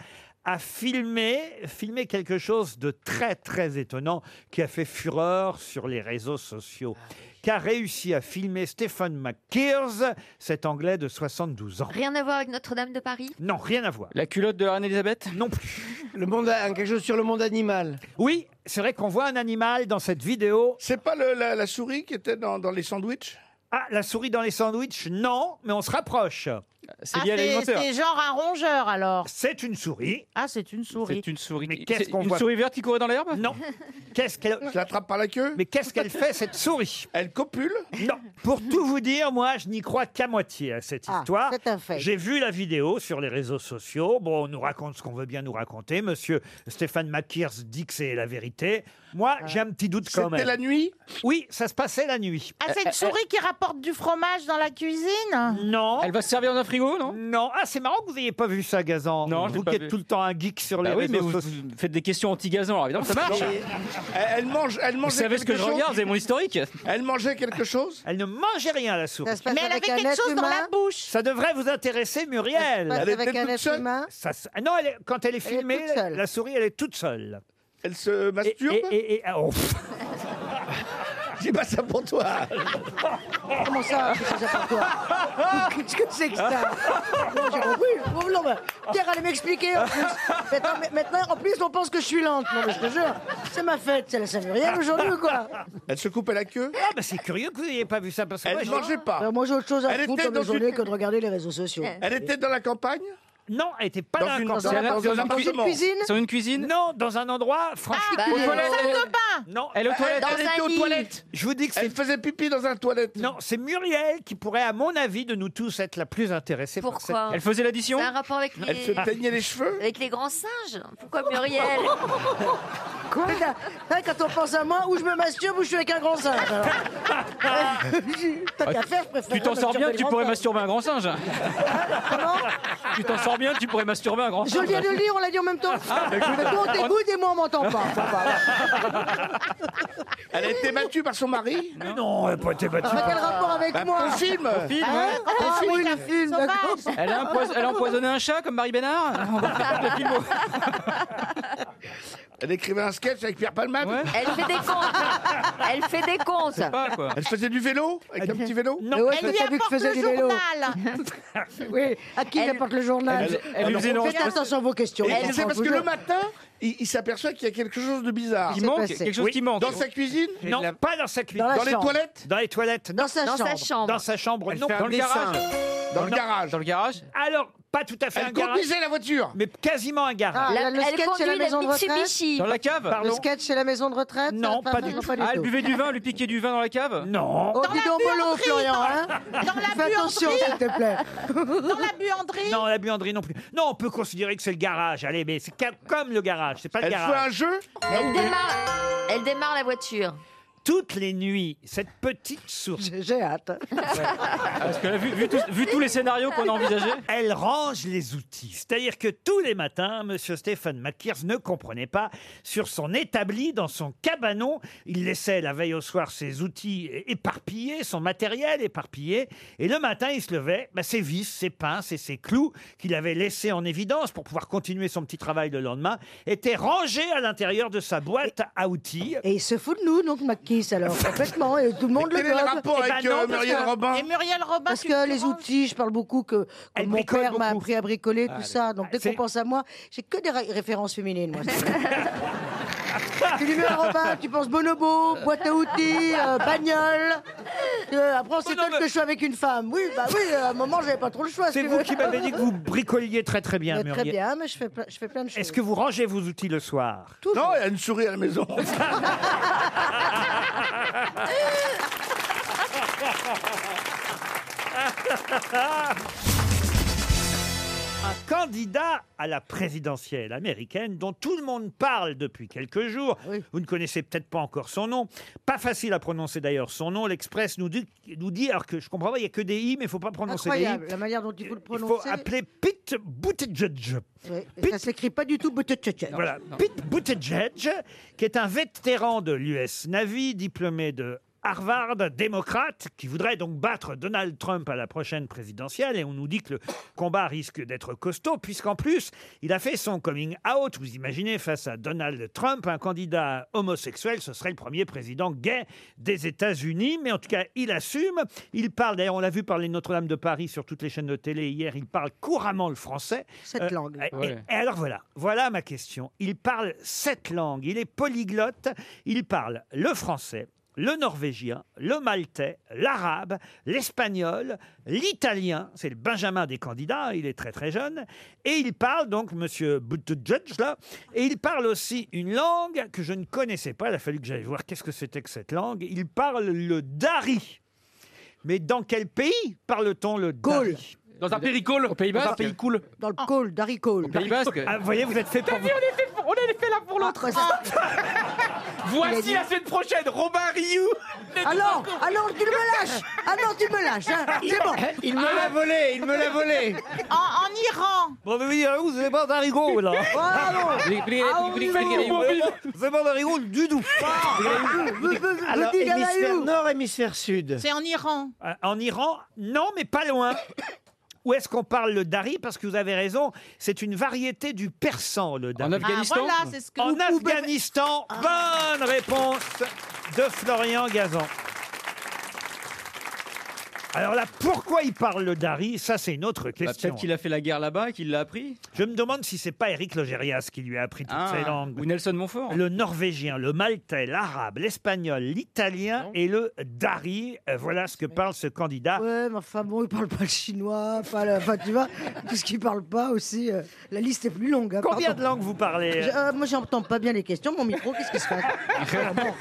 à filmer, filmer quelque chose de très très étonnant qui a fait fureur sur les réseaux sociaux. Qu'a réussi à filmer Stephen McCurse, cet Anglais de 72 ans. Rien à voir avec Notre-Dame de Paris Non, rien à voir. La culotte de la reine Elisabeth Non plus. Le monde, a- quelque chose sur le monde animal. Oui, c'est vrai qu'on voit un animal dans cette vidéo. C'est pas le- la, la souris qui était dans, dans les sandwichs Ah, la souris dans les sandwichs, non, mais on se rapproche. Ah, c'est c'est genre un rongeur alors. C'est une souris. Ah, c'est une souris. C'est une souris. Mais c'est qu'est-ce qu'on une voit souris verte qui courait dans l'herbe Non. Qu'est-ce qu'elle Je l'attrape par la queue Mais qu'est-ce qu'elle fait cette souris Elle copule Non. Pour tout vous dire, moi, je n'y crois qu'à moitié à cette Ah, histoire. c'est un fait. J'ai vu la vidéo sur les réseaux sociaux. Bon, on nous raconte ce qu'on veut bien nous raconter. Monsieur Stéphane Makirs dit que c'est la vérité. Moi, j'ai un petit doute quand même. C'était la nuit Oui, ça se passait la nuit. Ah, c'est une souris qui rapporte du fromage dans la cuisine Non. Elle va se servir dans un frigo, non Oh. Non. Ah, c'est marrant que vous n'ayez pas vu ça, Gazan. Non, je l'ai vous pas qui êtes vu. tout le temps un geek sur les Bah oui, mais réseaux vous, sociaux. vous faites des questions anti-gazon, alors évidemment ça marche. Elle, elle mange, elle Vous mangeait savez ce que quelque je chose regarde, c'est mon historique. Elle mangeait quelque chose Elle ne mangeait rien, la souris. Ça se passe Mais elle avec avait un quelque être chose dans la humain bouche. Ça devrait vous intéresser, Muriel. Ça se passe Elle avec était un toute être seule humain Ça se- Ah non, elle est- quand Elle elle est est filmée, toute seule. la souris, elle est toute seule. Elle se masturbe Et, et- et- ah, oh, pff, Je dis pas ça pour toi Comment ça qu'est-ce que c'est pour toi Qu'est-ce que c'est que ça J'ai compris. oh, Non, mais Pierre allait m'expliquer en plus. Maintenant, mais- maintenant, en plus, on pense que je suis lente. Non, mais je te jure, c'est ma fête, c'est la Saint-Muriel aujourd'hui ou quoi Elle se coupait la queue ah, bah, c'est curieux que vous n'ayez pas vu ça parce que moi, Elle je- mangeait pas. Alors, Ben, Moi, j'ai autre chose à Elle foutre était dans mes dans journées une- que de regarder les réseaux sociaux. Elle était dans la campagne Non, elle n'était pas Dans dans, un une- camp- dans un- dans un camp- appartement. Dans une cuisine Sur une cuisine Non, dans un endroit franchement. bah, Aux euh, toilettes. salle de bain. Non, Bah, Elle est aux toilettes. Elle était aux toilettes Je vous dis que c'est Elle faisait pipi dans un toilette non, c'est Muriel qui pourrait, à mon avis, de nous tous, être la plus intéressée. par Pourquoi Elle faisait l'addition C'est un rapport avec Elle se les... teignait les cheveux avec les grands singes Pourquoi Muriel Quoi Hein, Quand on pense à moi, ou je me masturbe ou je suis avec un grand singe. alors. Tant Ah, qu'à faire, je préfère. Tu t'en sors bien, masturber tu le pourrais grand masturber un grand singe. Tu t'en sors bien, tu pourrais masturber un grand singe. Je singe. viens de le lire, on l'a dit en même temps. Ah, Mais toi, on t'écoute et moi, on m'entend pas. Enfin, voilà. Elle a été battue par son mari contre. Non, elle n'a pas été battue. Quel rapport avec Bah, moi Au film Film, Hein ouais. Ah oui, le film, d'accord. Elle a, empois- elle a empoisonné un chat comme Marie Bénard On va faire le film. Elle écrivait un sketch avec Pierre Palmade Ouais. Elle fait des comptes Elle fait des comptes C'est pas quoi. Elle faisait du vélo Avec un petit vélo Non, Mais ouais, Elle toi, lui t'as vu que apporte je faisais le du vélo. journal. Oui, à qui Elle- elle apporte le journal Elle- elle lui faisait une Faites enregistrement. attention à vos questions. Et Enfin, c'est parce vous que deux. le matin, il, il s'aperçoit qu'il y a quelque chose de bizarre. Il manque passé. quelque chose Oui. qui manque. Dans sa cuisine Non, pas dans sa cuisine. Dans la Dans les chambre. toilettes Dans les toilettes, non. Dans sa Dans sa chambre. chambre. Dans sa chambre, non. Dans le garage. Dans le garage Dans le garage Alors, pas tout à fait un Elle garage, conduisait la voiture mais quasiment un garage. Ah, La- là, le elle sketch, c'est conduit la maison de retraite. Mitsubishi. Dans la cave Pardon Le sketch, c'est la maison de retraite Non, ça, pas ça, du non, tout. Ah, elle tout. buvait du vin, lui piquait du vin dans la cave Non. Oh, dis la donc, mollo, buanderie, Florian, dans- hein Dans la Fais attention, buanderie. s'il te plaît. Dans la buanderie. Non, la buanderie non plus. Non, on peut considérer que c'est le garage. Allez, mais c'est ca- comme le garage, c'est pas le Elle jouait à garage. un jeu Elle démarre, elle démarre la voiture. toutes les nuits cette petite souris. J'ai hâte. Ah, Parce que là, vu, vu tous- vu tous les scénarios qu'on a envisagés. Elle range les outils. C'est-à-dire que tous les matins, Monsieur Stéphane Mackiers ne comprenait pas sur son établi, dans son cabanon, il laissait la veille au soir ses outils é- éparpillés, son matériel éparpillé, et le matin il se levait, bah, ses vis, ses pinces et ses clous qu'il avait laissés en évidence pour pouvoir continuer son petit travail le lendemain, étaient rangés à l'intérieur de sa boîte à outils. Et il se fout de nous, donc McKiss, alors, complètement. Et tout le monde Mais le quel est le gobe. rapport Eh ben avec, non, euh, parce Muriel que- Robin Et Muriel Robin, Parce tu que te les branles outils, je parle beaucoup que que mon bricole père m'a beaucoup. appris à bricoler, tout Allez. ça. Donc dès qu'on C'est- pense à moi, j'ai que des ré- références féminines, moi. tu dis, Muriel Robin, tu penses bonobo, boîte à outils, euh, bagnole. Euh, après, on s'étonne que je suis avec une femme. Oui, bah oui, à un moment, j'avais pas trop le choix. si C'est tu vous veux. qui m'avez dit que vous bricoliez très très bien, Mais Très Muriel. bien, mais je fais, plein- je fais plein de choses. Est-ce que vous rangez vos outils le soir Non, il y a une souris à la maison. Un candidat à la présidentielle américaine dont tout le monde parle depuis quelques jours. Vous ne connaissez peut-être pas encore son nom. Pas facile à prononcer d'ailleurs son nom. L'Express nous dit, nous dit, alors que je comprends pas, il n'y a que des i, mais il faut pas prononcer Incroyable, des i. la manière dont il faut le Il prononcer. faut appeler Pete Buttigieg. Ouais, Ça s'écrit pas du tout Buttigieg. Voilà, Pete Buttigieg, qui est un vétéran de l'US Navy, diplômé de Harvard, démocrate, qui voudrait donc battre Donald Trump à la prochaine présidentielle. Et on nous dit que le combat risque d'être costaud, puisqu'en plus, il a fait son coming out. Vous imaginez, face à Donald Trump, un candidat homosexuel, ce serait le premier président gay des États-Unis. Mais en tout cas, il assume. Il parle, d'ailleurs, on l'a vu parler de Notre-Dame de Paris sur toutes les chaînes de télé hier, il parle couramment le français. Euh, Cette langue. et- Ouais. et alors voilà, voilà ma question. Il parle sept langues, il est polyglotte, il parle le français, le norvégien, le maltais, l'arabe, l'espagnol, l'italien, c'est le Benjamin des candidats, il est très très jeune, et il parle donc, monsieur Buttigieg, là, et il parle aussi une langue que je ne connaissais pas, il a fallu que j'aille voir qu'est-ce que c'était que cette langue, il parle le dari. Mais dans quel pays parle-t-on le dari Dans un péricole Au Pays Dans un pays cool Dans le col, d'Aricole. Pays basque. Ah, vous voyez, vous êtes fait pour T'as vu, on est fait, pour- on est fait là pour Ah, l'autre. Voici la semaine prochaine, Robin Rioux. Alors, alors tu me lâches Ah non, tu me lâches, hein. c'est bon. Il me l'a volé, il me l'a volé. En, en Iran. Ah. Bon, mais oui, alors, vous avez pas d'arigot, là Ah, Ah C'est pas d'arigot du tout Alors, hémisphère nord, hémisphère sud. C'est en Iran. Euh, En Iran, non, mais pas loin. Où est-ce qu'on parle le dari Parce que vous avez raison, c'est une variété du persan, le dari. En Afghanistan Ah, voilà, c'est ce que- En Ou- ou- Afghanistan, Ah. bonne réponse de Florian Gazan. Alors là, pourquoi il parle le dari Ça, c'est une autre question. Bah, Peut-être qu'il a fait la guerre là-bas et qu'il l'a appris. Je me demande si c'est pas Éric Logérias qui lui a appris toutes Ah, ces langues. ou Nelson Montfort. Le norvégien, le maltais, l'arabe, l'espagnol, l'italien et le dari. Euh, Voilà ce que parle ce candidat. Ah, Ouais, mais enfin bon, il parle pas le chinois, pas le... enfin tu vois, tout ce qu'il parle pas aussi. euh, La liste est plus longue. hein, Combien pardon. de langues vous parlez Je- euh, moi, j'entends pas bien les questions. Mon micro, qu'est-ce qui se passe euh, Alors bon,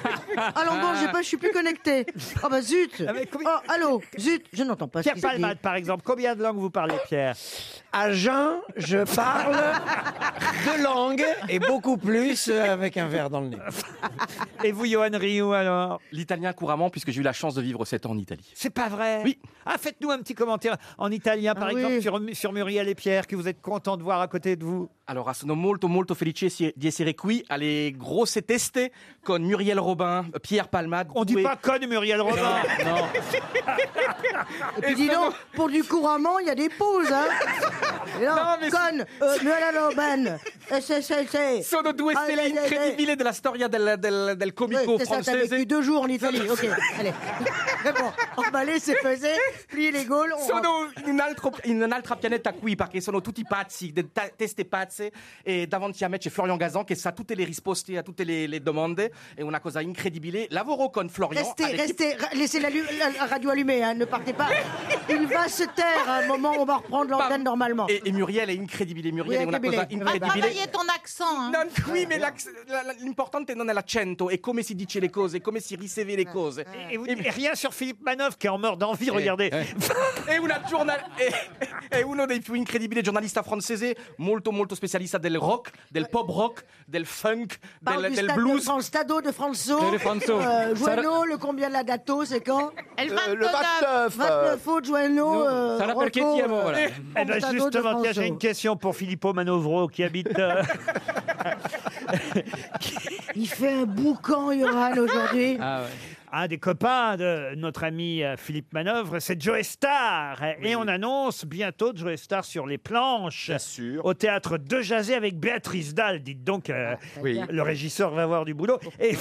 alors bon, j'ai pas, je suis plus connecté. Oh bah zut. Oh, allô, zut, je n'entends pas. ce Pierre qui se dit. Palmade, par exemple, combien de langues vous parlez, Pierre À Jeun, je parle deux langues et beaucoup plus euh, avec un verre dans le nez. Et vous, Johan Rioux, alors L'italien couramment, puisque j'ai eu la chance de vivre 7 ans en Italie. C'est pas vrai Oui. Ah, faites-nous un petit commentaire en italien, par Ah oui. exemple, sur, sur Muriel et Pierre, que vous êtes contents de voir à côté de vous. Allora, sono molto molto felice si- di essere qui alle grosse teste con Muriel Robin, Pierre Palmade. On dit pas con Muriel Robin. non. Et puis dis donc, pour du couramment, il y a des pauses, hein Et Non, conne, euh, Nuala Loban, SSLC. Sono due stelle incredibili della storia del, del, del comico c'est ça, t'as vécu francese. deux jours en Italie, ok, allez. Mais bon, emballé, c'est pesé, plier les gaules, on Sono in, un altro- in un'altra pianeta qui perché sono tutti pazzi, de- ta- teste pazze e davanti a me c'è Florian Gazan che sa tutte le risposte a tutte le, le domande. È una cosa incredibile. Lavoro con Florian. Restez, all'equipe- restez, ra- laissez la, lu- la- la radio allumée, hein, ne partez pas. Il va se taire à un moment, on va reprendre l'antenne normalement. Et, et Muriel est incredibile, Muriel Oui, è una incredibile, cosa va incredibile. travailler ton accent. hein. Non, Eh, qui, mais l'acc- la- la- l'importante è non è l'accento, è come si dice le cose, è come si riceve Eh, le cose. Et, vous- et rien sur Philippe Manoff qui est en meurt d'envie, regardez. è eh. una giornal- è- è uno dei più incredibili giornalisti francesi, molto molto specialista del rock, del pop rock, del funk, Parle del, du del stade blues. de France, Stado de François. De François. Euh, Joanneau, Ça- le combien de la dato, c'est quand Le- Euh, le 29, 29 août, Joanneau. euh, Rocco, euh, Eh ben Stado de justement, tiens, j'ai François. une question pour Filippo Manovro qui habite. euh, Il fait un boucan, Yoran, aujourd'hui. Ah, Un des copains de notre ami euh, Philippe Manœuvre, c'est Joe Star. Et on annonce bientôt Joe Star sur les planches au théâtre de Jazé avec Béatrice Dalle. Dites donc, Ah, euh, Oui. le régisseur va avoir du boulot. Et,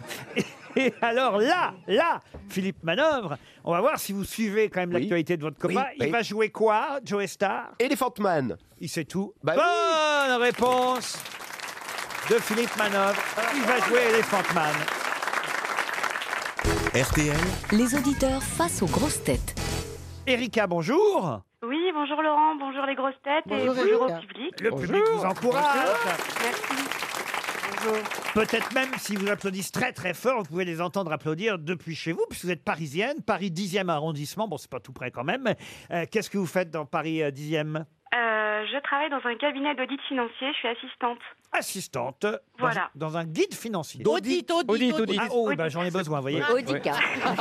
et alors là, là, Philippe Manœuvre, on va voir si vous suivez quand même Oui. l'actualité de votre copain. Oui, Il oui. va jouer quoi, Joe Star Elephant Man. Il sait tout. Bah oui. Bonne réponse de Philippe Manœuvre. Il va jouer Elephant Man. RTL, Les auditeurs face aux grosses têtes. Erika, bonjour. Oui, bonjour Laurent, bonjour les grosses têtes Bonjour, et bonjour Erika. au public. Le public vous encourage. Merci. Peut-être même si vous applaudissez très très fort, vous pouvez les entendre applaudir depuis chez vous, puisque vous êtes parisienne, Paris 10e arrondissement. Bon, c'est pas tout près quand même. mais, euh, Qu'est-ce que vous faites dans Paris euh, 10e Euh, je travaille dans un cabinet d'audit financier, je suis assistante. Assistante dans- Voilà. dans, un guide financier. D'audit, audit, Audit, audit. audit. Ah, oh, oui, bah, j'en ai besoin, vous voyez.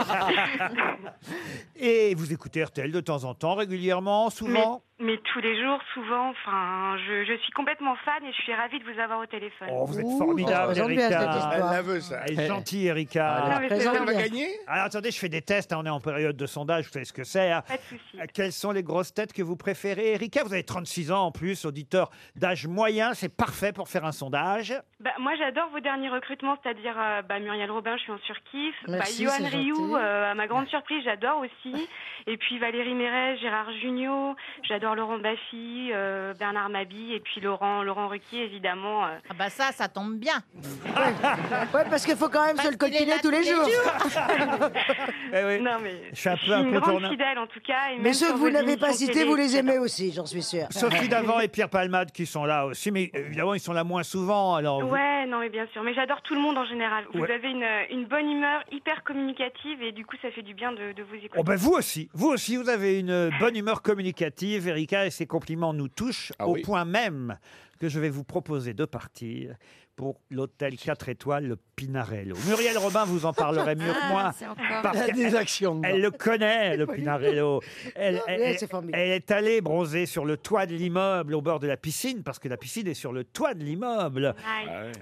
Et vous écoutez RTL de temps en temps, régulièrement, mais, souvent mais tous les jours, souvent, enfin, je, je suis complètement fan et je suis ravie de vous avoir au téléphone. Oh, vous êtes formidable, Erika. Elle est gentille, Erika. Ah, non, mais c'est Elle va vrai. gagner Alors attendez, je fais des tests. hein, on est en période de sondage. Vous savez ce que c'est. hein. Quelles sont les grosses têtes que vous préférez, Erika Vous avez 36 ans en plus, auditeur d'âge moyen. C'est parfait pour faire un sondage. Bah, moi, j'adore vos derniers recrutements, c'est-à-dire euh, bah, Muriel Robin, je suis en surkiff. Bah, Merci, Johan c'est Rioux, gentil. euh, à ma grande surprise, j'adore aussi. Et puis Valérie Mérez, Gérard Jugnot, j'adore Laurent Baffy, euh, Bernard Mabi, et puis Laurent, Laurent Ruquier, évidemment. euh. Ah bah ça, ça tombe bien. Ouais, parce qu'il faut quand même se le coltiner tous les jours. Eh Non, mais Je suis un je suis peu une grande incontournable. fidèle, en tout cas. et Mais même ceux sur que vos vous n'avez pas émissions cités, télé, vous les aimez aussi, j'en suis sûr. Bah, Sophie Davant et Pierre Palmade qui sont là aussi, mais évidemment ils sont là moins souvent. Alors vous- Ouais, non, mais bien sûr. Mais j'adore tout le monde en général. Vous Oh, Ouais. avez une, une bonne humeur, hyper communicative, et du coup, ça fait du bien de, de vous écouter. Oh ben vous aussi, vous aussi, vous avez une euh, bonne humeur communicative, Erika, et ses compliments nous touchent Ah au point même que je vais vous proposer de partir pour l'hôtel 4 étoiles, le Pinarello. Muriel Robin vous en parlerait mieux que Ah, moi. c'est encore- parce Il y a des qu'elle- actions, Elle, moi. le connaît, le Pinarello. Elle, Non, elle- mais c'est elle- elle est allée bronzer sur le toit de l'immeuble au bord de la piscine, parce que la piscine est sur le toit de l'immeuble.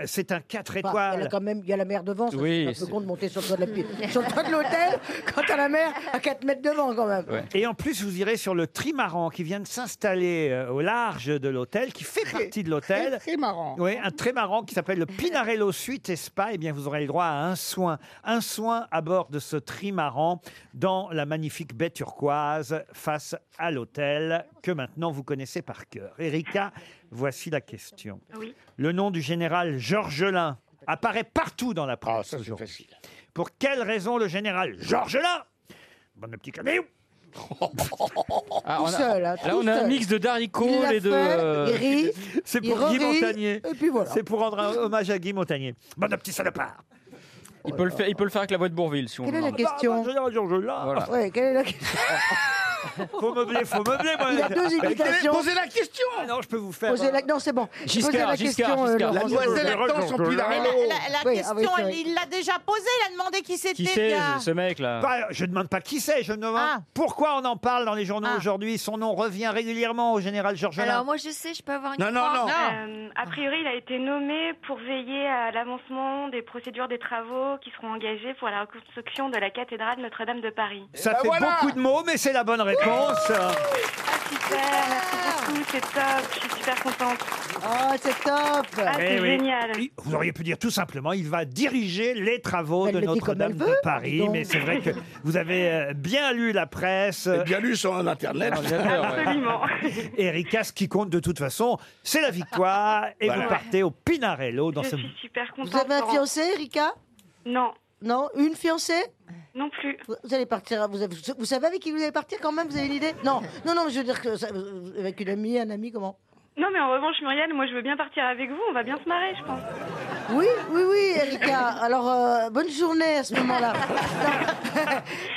C'est un 4 Bah, Il y, a étoiles. quand même, il y a la mer devant, ça, Oui, c'est un c'est- peu con de monter sur le toit de, la pi- sur le toit de l'hôtel quand t'as la mer à 4 mètres devant quand même. Et en plus, vous irez sur le trimaran qui vient de s'installer euh, au large de l'hôtel, qui fait partie de l'hôtel. Très marrant. Oui, un très marrant qui s'appelle le Pinarello Suite et Spa. Eh bien, vous aurez le droit à un soin. Un soin à bord de ce trimaran dans la magnifique baie turquoise face à l'hôtel que maintenant vous connaissez par cœur. Erika, voici la question. Ah Oui. Le nom du général Georgelin apparaît partout dans la presse. aujourd'hui. Pour quelle raison le général Georgelin Bon, le petit caméo Ah, tout seul. hein, tout seul. Il l'a fait, Il rit, C'est euh, il pour Guy rit, Montagnier. Et puis voilà. C'est pour rendre un hommage à Guy Montagnier. Bon, un petit salopard. Il peut, le faire, il peut le faire avec la voix de Bourville, si on Quelle le est la demande. Ah, bah, question Voilà. Ouais, quelle est la question Faut meubler, faut meubler, moi. Il a deux imitations. Posez la question Ah non, je peux vous faire. Posez la... Non, c'est bon. Giscard, Posez la Giscard, question. euh, Giscard. Laurent. La demoiselle attend son Pinarello. La, la Oui, ah question, oui, c'est vrai. elle- il l'a déjà posée. Il a demandé qui c'était. Qui c'est, le gars. ce mec-là Pas- Bah, je ne demande pas qui c'est, je demande Ah. pourquoi on en parle dans les journaux aujourd'hui. Son nom revient régulièrement au général Georgelin. Alors moi je sais, je peux avoir une Euh, a priori, il a été nommé pour veiller à l'avancement des procédures des travaux qui seront engagés pour la reconstruction de la cathédrale Notre-Dame de Paris. Ça Eh Bah, ben fait beaucoup de mots, mais c'est la bonne réponse. Super, merci beaucoup, c'est top, Ah, je suis super contente. Oh, c'est top Ah, c'est Eh oui. génial. Vous auriez pu dire tout simplement, il va diriger les travaux Elle de Bah, le dit comme Notre-Dame elle de veut, dis Paris. donc. Mais c'est vrai que vous avez euh, bien lu la presse. bien lu sur Ah, Internet. Absolument. Erika, ce qui compte de toute façon, c'est la victoire. Et Voilà. vous partez au Pinarello dans ce... super contente. Vous avez un Laurent. fiancé, Erika Non. Non Une fiancée Non plus. Vous, vous allez partir. hein, Vous, avez- vous savez avec qui vous allez partir quand même Vous avez une idée Non, non, non, mais je veux dire que ça- avec une euh, amie, un ami, comment Non, mais en revanche, Muriel, moi, je veux bien partir avec vous. On va bien se marrer, je pense. Oui, oui, oui, Erika. Alors, euh, bonne journée à ce moment-là.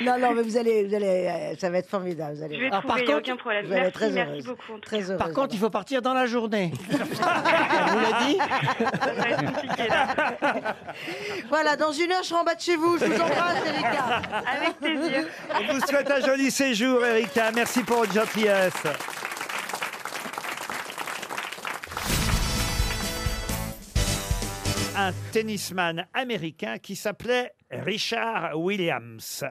Non, non, mais vous allez, vous allez, euh, ça va être formidable. Vous allez Je vais voir. trouver, il y a aucun problème. vous allez Merci, être très merci heureuse. beaucoup, en tout Très cas. heureuse. Par contre, il faut partir dans la journée. Voilà, dans une heure, je serai en bas de chez vous. Je vous embrasse, Erika. Avec plaisir. On vous souhaite un joli séjour, Erika. Merci pour votre gentillesse. Un tennisman américain qui s'appelait Richard Williams.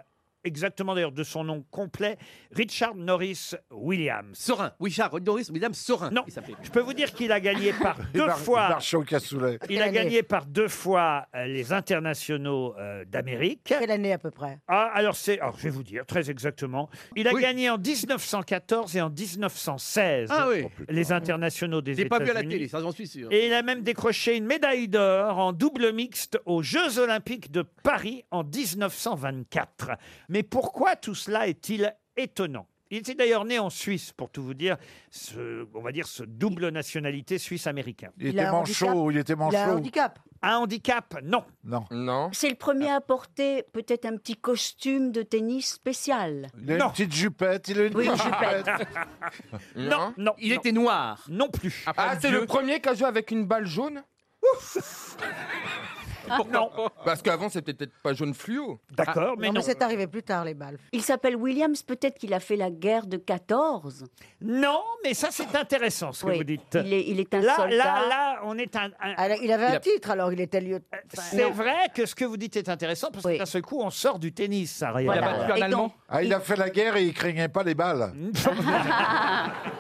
Exactement d'ailleurs de son nom complet, Richard Norris Williams. Sorin, Richard Norris Williams Sorin. Non, je peux vous dire qu'il a gagné par deux fois. Marchand Cassoulet. Il a gagné par deux fois euh, les internationaux euh, d'Amérique. Quelle année à peu près Ah, alors c'est, alors je vais vous dire très exactement. Il a gagné en 1914 et en 1916 Ah oui. les internationaux des J'ai pas vu à la États-Unis. télé, ça j'en suis sûr. Et il a même décroché une médaille d'or en double mixte aux Jeux Olympiques de Paris en 1924. Mais pourquoi tout cela est-il étonnant il était d'ailleurs né en Suisse, pour tout vous dire, ce, on va dire ce double nationalité suisse-américain. Il Il a était un manchot, handicap il était manchot. Il a un handicap Un handicap, non. Non. Non. C'est le premier à porter peut-être un petit costume de tennis spécial. Il a une petite jupette, il a une Oui, petite jupette. Non, non. Il était noir. Non plus. Ah, c'est Dieu. le premier qui a joué avec une balle jaune Non. Ah. Parce qu'avant, c'était peut-être pas jaune fluo. Ah, Ah. D'accord, Non, mais c'est arrivé plus tard, les balles. Il s'appelle Williams, peut-être qu'il a fait la guerre de 14. Non, mais ça c'est intéressant ce que Oui. vous dites. Il est, il est un là, soldat. là, là, on est un. Euh, un- Alors, Ah, il avait Il un a- titre, alors il était lieu. C'est vrai que ce que vous dites est intéressant parce que d'un seul coup on sort du tennis, ça Il Ariel. a battu un Allemand Ah, il a fait la guerre et il craignait pas les balles.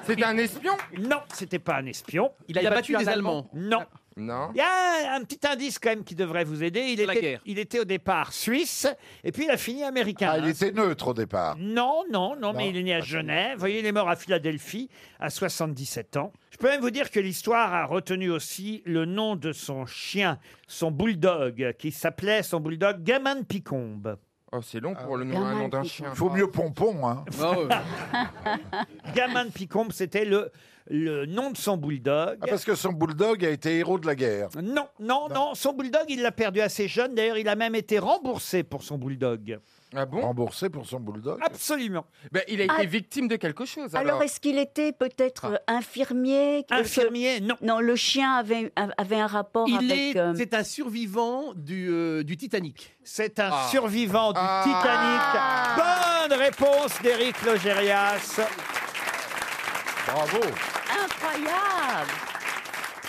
C'était un espion Non, c'était pas un espion. Il a Il a battu battu des un Allemands. Non. Non. Il y a un petit indice quand même qui devrait vous aider. Il La était, guerre. il était au départ suisse et puis il a fini américain. Ah, il était neutre au départ. Non, non, non, mais Non. il est né à Genève. Vous voyez, il est mort à Philadelphie à 77 ans. Je peux même vous dire que l'histoire a retenu aussi le nom de son chien, son bulldog, qui s'appelait son bulldog Gamin de Picombe. Oh, c'est long pour le nom un nom d'un chien. Faut mieux pompon, hein. Gamin de Picombe, c'était le, le nom de son bulldog. Ah, parce que son bulldog a été héros de la guerre. Non, non, non, son bulldog, il l'a perdu assez jeune. D'ailleurs, il a même été remboursé pour son bulldog. Ah bon Remboursé pour son bulldog Absolument. Ben, il a Ah. été victime de quelque chose. Alors, Alors, est-ce qu'il était peut-être euh, infirmier que- Infirmier, non. Non, le chien avait, avait un rapport Il avec... est, euh, c'est un survivant du, euh, du Titanic. C'est un Ah. survivant du Ah. Titanic. Bonne réponse d'Éric Logérias. Bravo. Incroyable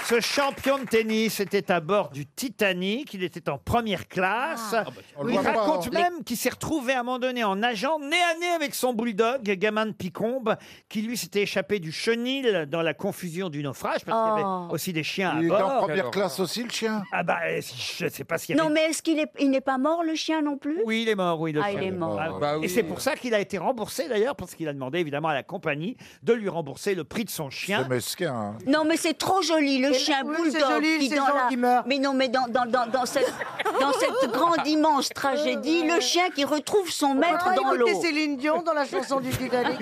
Ce champion de tennis était à bord du Titanic, il était en première classe. Ah. on le il voit pas, raconte hein. même qu'il s'est retrouvé à un moment donné en nageant, nez à nez avec son bulldog, gamin de Picombe, qui lui s'était échappé du chenil dans la confusion du naufrage, parce qu'il y Oh. avait aussi des chiens à Il est bord. en première classe aussi, le chien Ah bah, euh, je ne sais pas s'il y avait... Non, mais est-ce qu'il est, il n'est pas mort, le chien, non plus Oui, il est mort, oui. le Ah, chien. il est mort. Ah, Bah Et oui. c'est pour ça qu'il a été remboursé d'ailleurs, parce qu'il a demandé évidemment à la compagnie de lui rembourser le prix de son chien. C'est mesquin. hein. Non, mais c'est trop joli, le Et- chien oui, bulldog c'est joli, qui, ces dans gens la- qui meurent. Mais non, mais dans, dans, dans, dans cette, dans cette grande, immense tragédie, le chien qui retrouve son On peut maître pas dans écouter l'eau. Céline Dion dans la chanson du Titanic.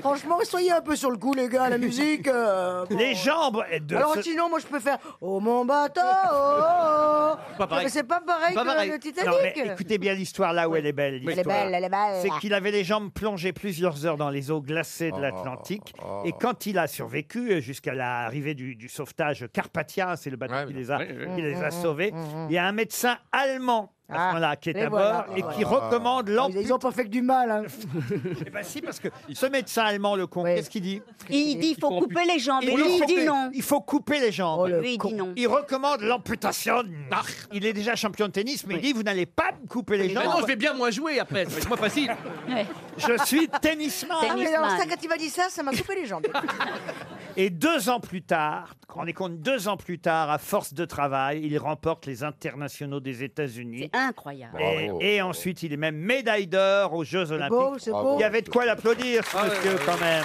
Franchement, soyez un peu sur le coup, les gars, la musique. euh, bon. Les jambes de Alors ce- sinon, moi, je peux faire Oh mon bateau. oh, oh, oh. Pas pareil. Mais c'est pas pareil Pas que pareil. le Non, mais Titanic. écoutez bien l'histoire là où elle est belle. elle est l'histoire. belle, elle est belle. C'est qu'il avait les jambes plongées plusieurs heures dans les eaux glacées de Oh, l'Atlantique. oh. Et quand il a survécu euh, jusqu'à l'arrivée du, du sauvetage Carpathia, c'est le bateau qui, les a, oui, oui. qui les a Mmh, Mhm, sauvés, il y a un médecin allemand à ce moment-là qui est Ah, les à voilà, bord les et qui voilà. recommande Ils, l'amputation. ils ont pas fait que du mal. hein. Eh ben si, parce que ce médecin allemand, le con, qu'est-ce qu'il dit Il dit, il faut couper les jambes. Il Et lui, il dit couper- non. Il faut couper les jambes. Oh, Lui, il dit non. Il recommande l'amputation. Ah, Il est déjà champion de tennis, mais il dit, vous n'allez pas me couper les Mais non, jambes. je vais bien moins jouer après, ça va être moins facile. Je suis tennisman. Ah, mais alors ça, quand il m'a dit ça, ça m'a coupé les jambes. Et deux ans plus tard, rendez compte, deux ans plus tard, à force de travail, il remporte les internationaux des États-Unis. Incroyable. Et, et ensuite, il est même médaille d'or aux Jeux Olympiques. beau, c'est beau. Il y avait de quoi l'applaudir, Ah ce monsieur, quand même.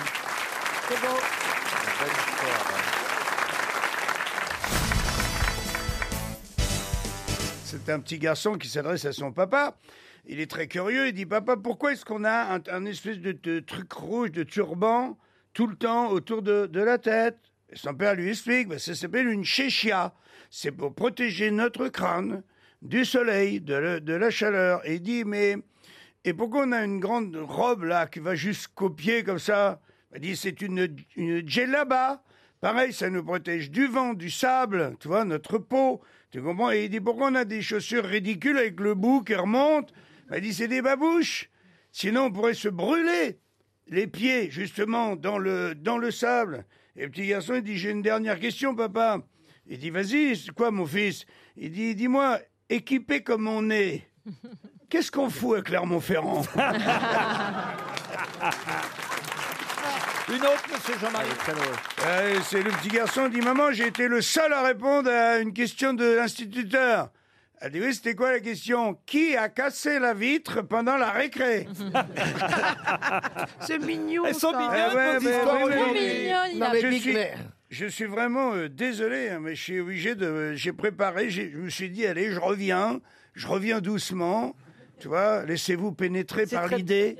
C'est beau. C'est un petit garçon qui s'adresse à son papa. Il est très curieux. Il dit Papa, pourquoi est-ce qu'on a un, un espèce de, de truc rouge, de turban, tout le temps autour de, de la tête Et son père lui explique, bah, ça s'appelle une chéchia. C'est pour protéger notre crâne du soleil, de, le- de la chaleur. Et il dit, mais et pourquoi on a une grande robe là qui va jusqu'aux pieds comme ça Il dit, c'est une, une djellaba. Pareil, ça nous protège du vent, du sable, tu vois, notre peau. Tu comprends Et il dit, pourquoi on a des chaussures ridicules avec le bout qui remonte Il dit, c'est des babouches. Sinon, on pourrait se brûler les pieds, justement, dans le, dans le sable. Et le petit garçon, il dit, j'ai une dernière question, papa. Il dit, vas-y, c'est quoi, mon fils Il dit, dis-moi, équipé comme on est, qu'est-ce qu'on fout à Clermont-Ferrand Une autre, monsieur Jean-Marie. Ouais, Euh, c'est le petit garçon qui dit Maman, j'ai été le seul à répondre à une question de l'instituteur. Elle dit Oui, c'était quoi la question Qui a cassé la vitre pendant la récré C'est mignon. Elles sont ça. mignonnes, Eh ouais, vos mais- histoires, mais- aujourd'hui. mais- Mignonne, il Non, a mais Big je, suis, Claire. je suis vraiment euh, désolé, hein, mais je suis obligé de. J'ai préparé, j'ai- je me suis dit Allez, je reviens, je reviens doucement. Tu vois, laissez-vous pénétrer par très- l'idée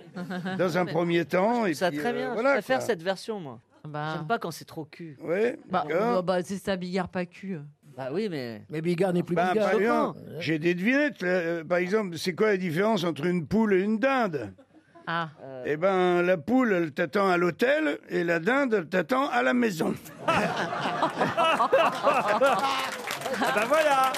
dans un premier temps. et Ça puis, très euh, bien. voilà, je préfère quoi. cette version, moi. bah. J'aime pas quand c'est trop cul. Ouais, Bah, d'accord. oh, bah, c'est ça, Bigard pas cul. Bah oui, mais. Mais Bigard n'est plus Bah, Bigard. par exemple, j'ai des devinettes. là. Euh, Par exemple, c'est quoi la différence entre une poule et une dinde Ah. Eh ben, la poule, elle t'attend à l'hôtel et la dinde, elle t'attend à la maison. Bah, ben voilà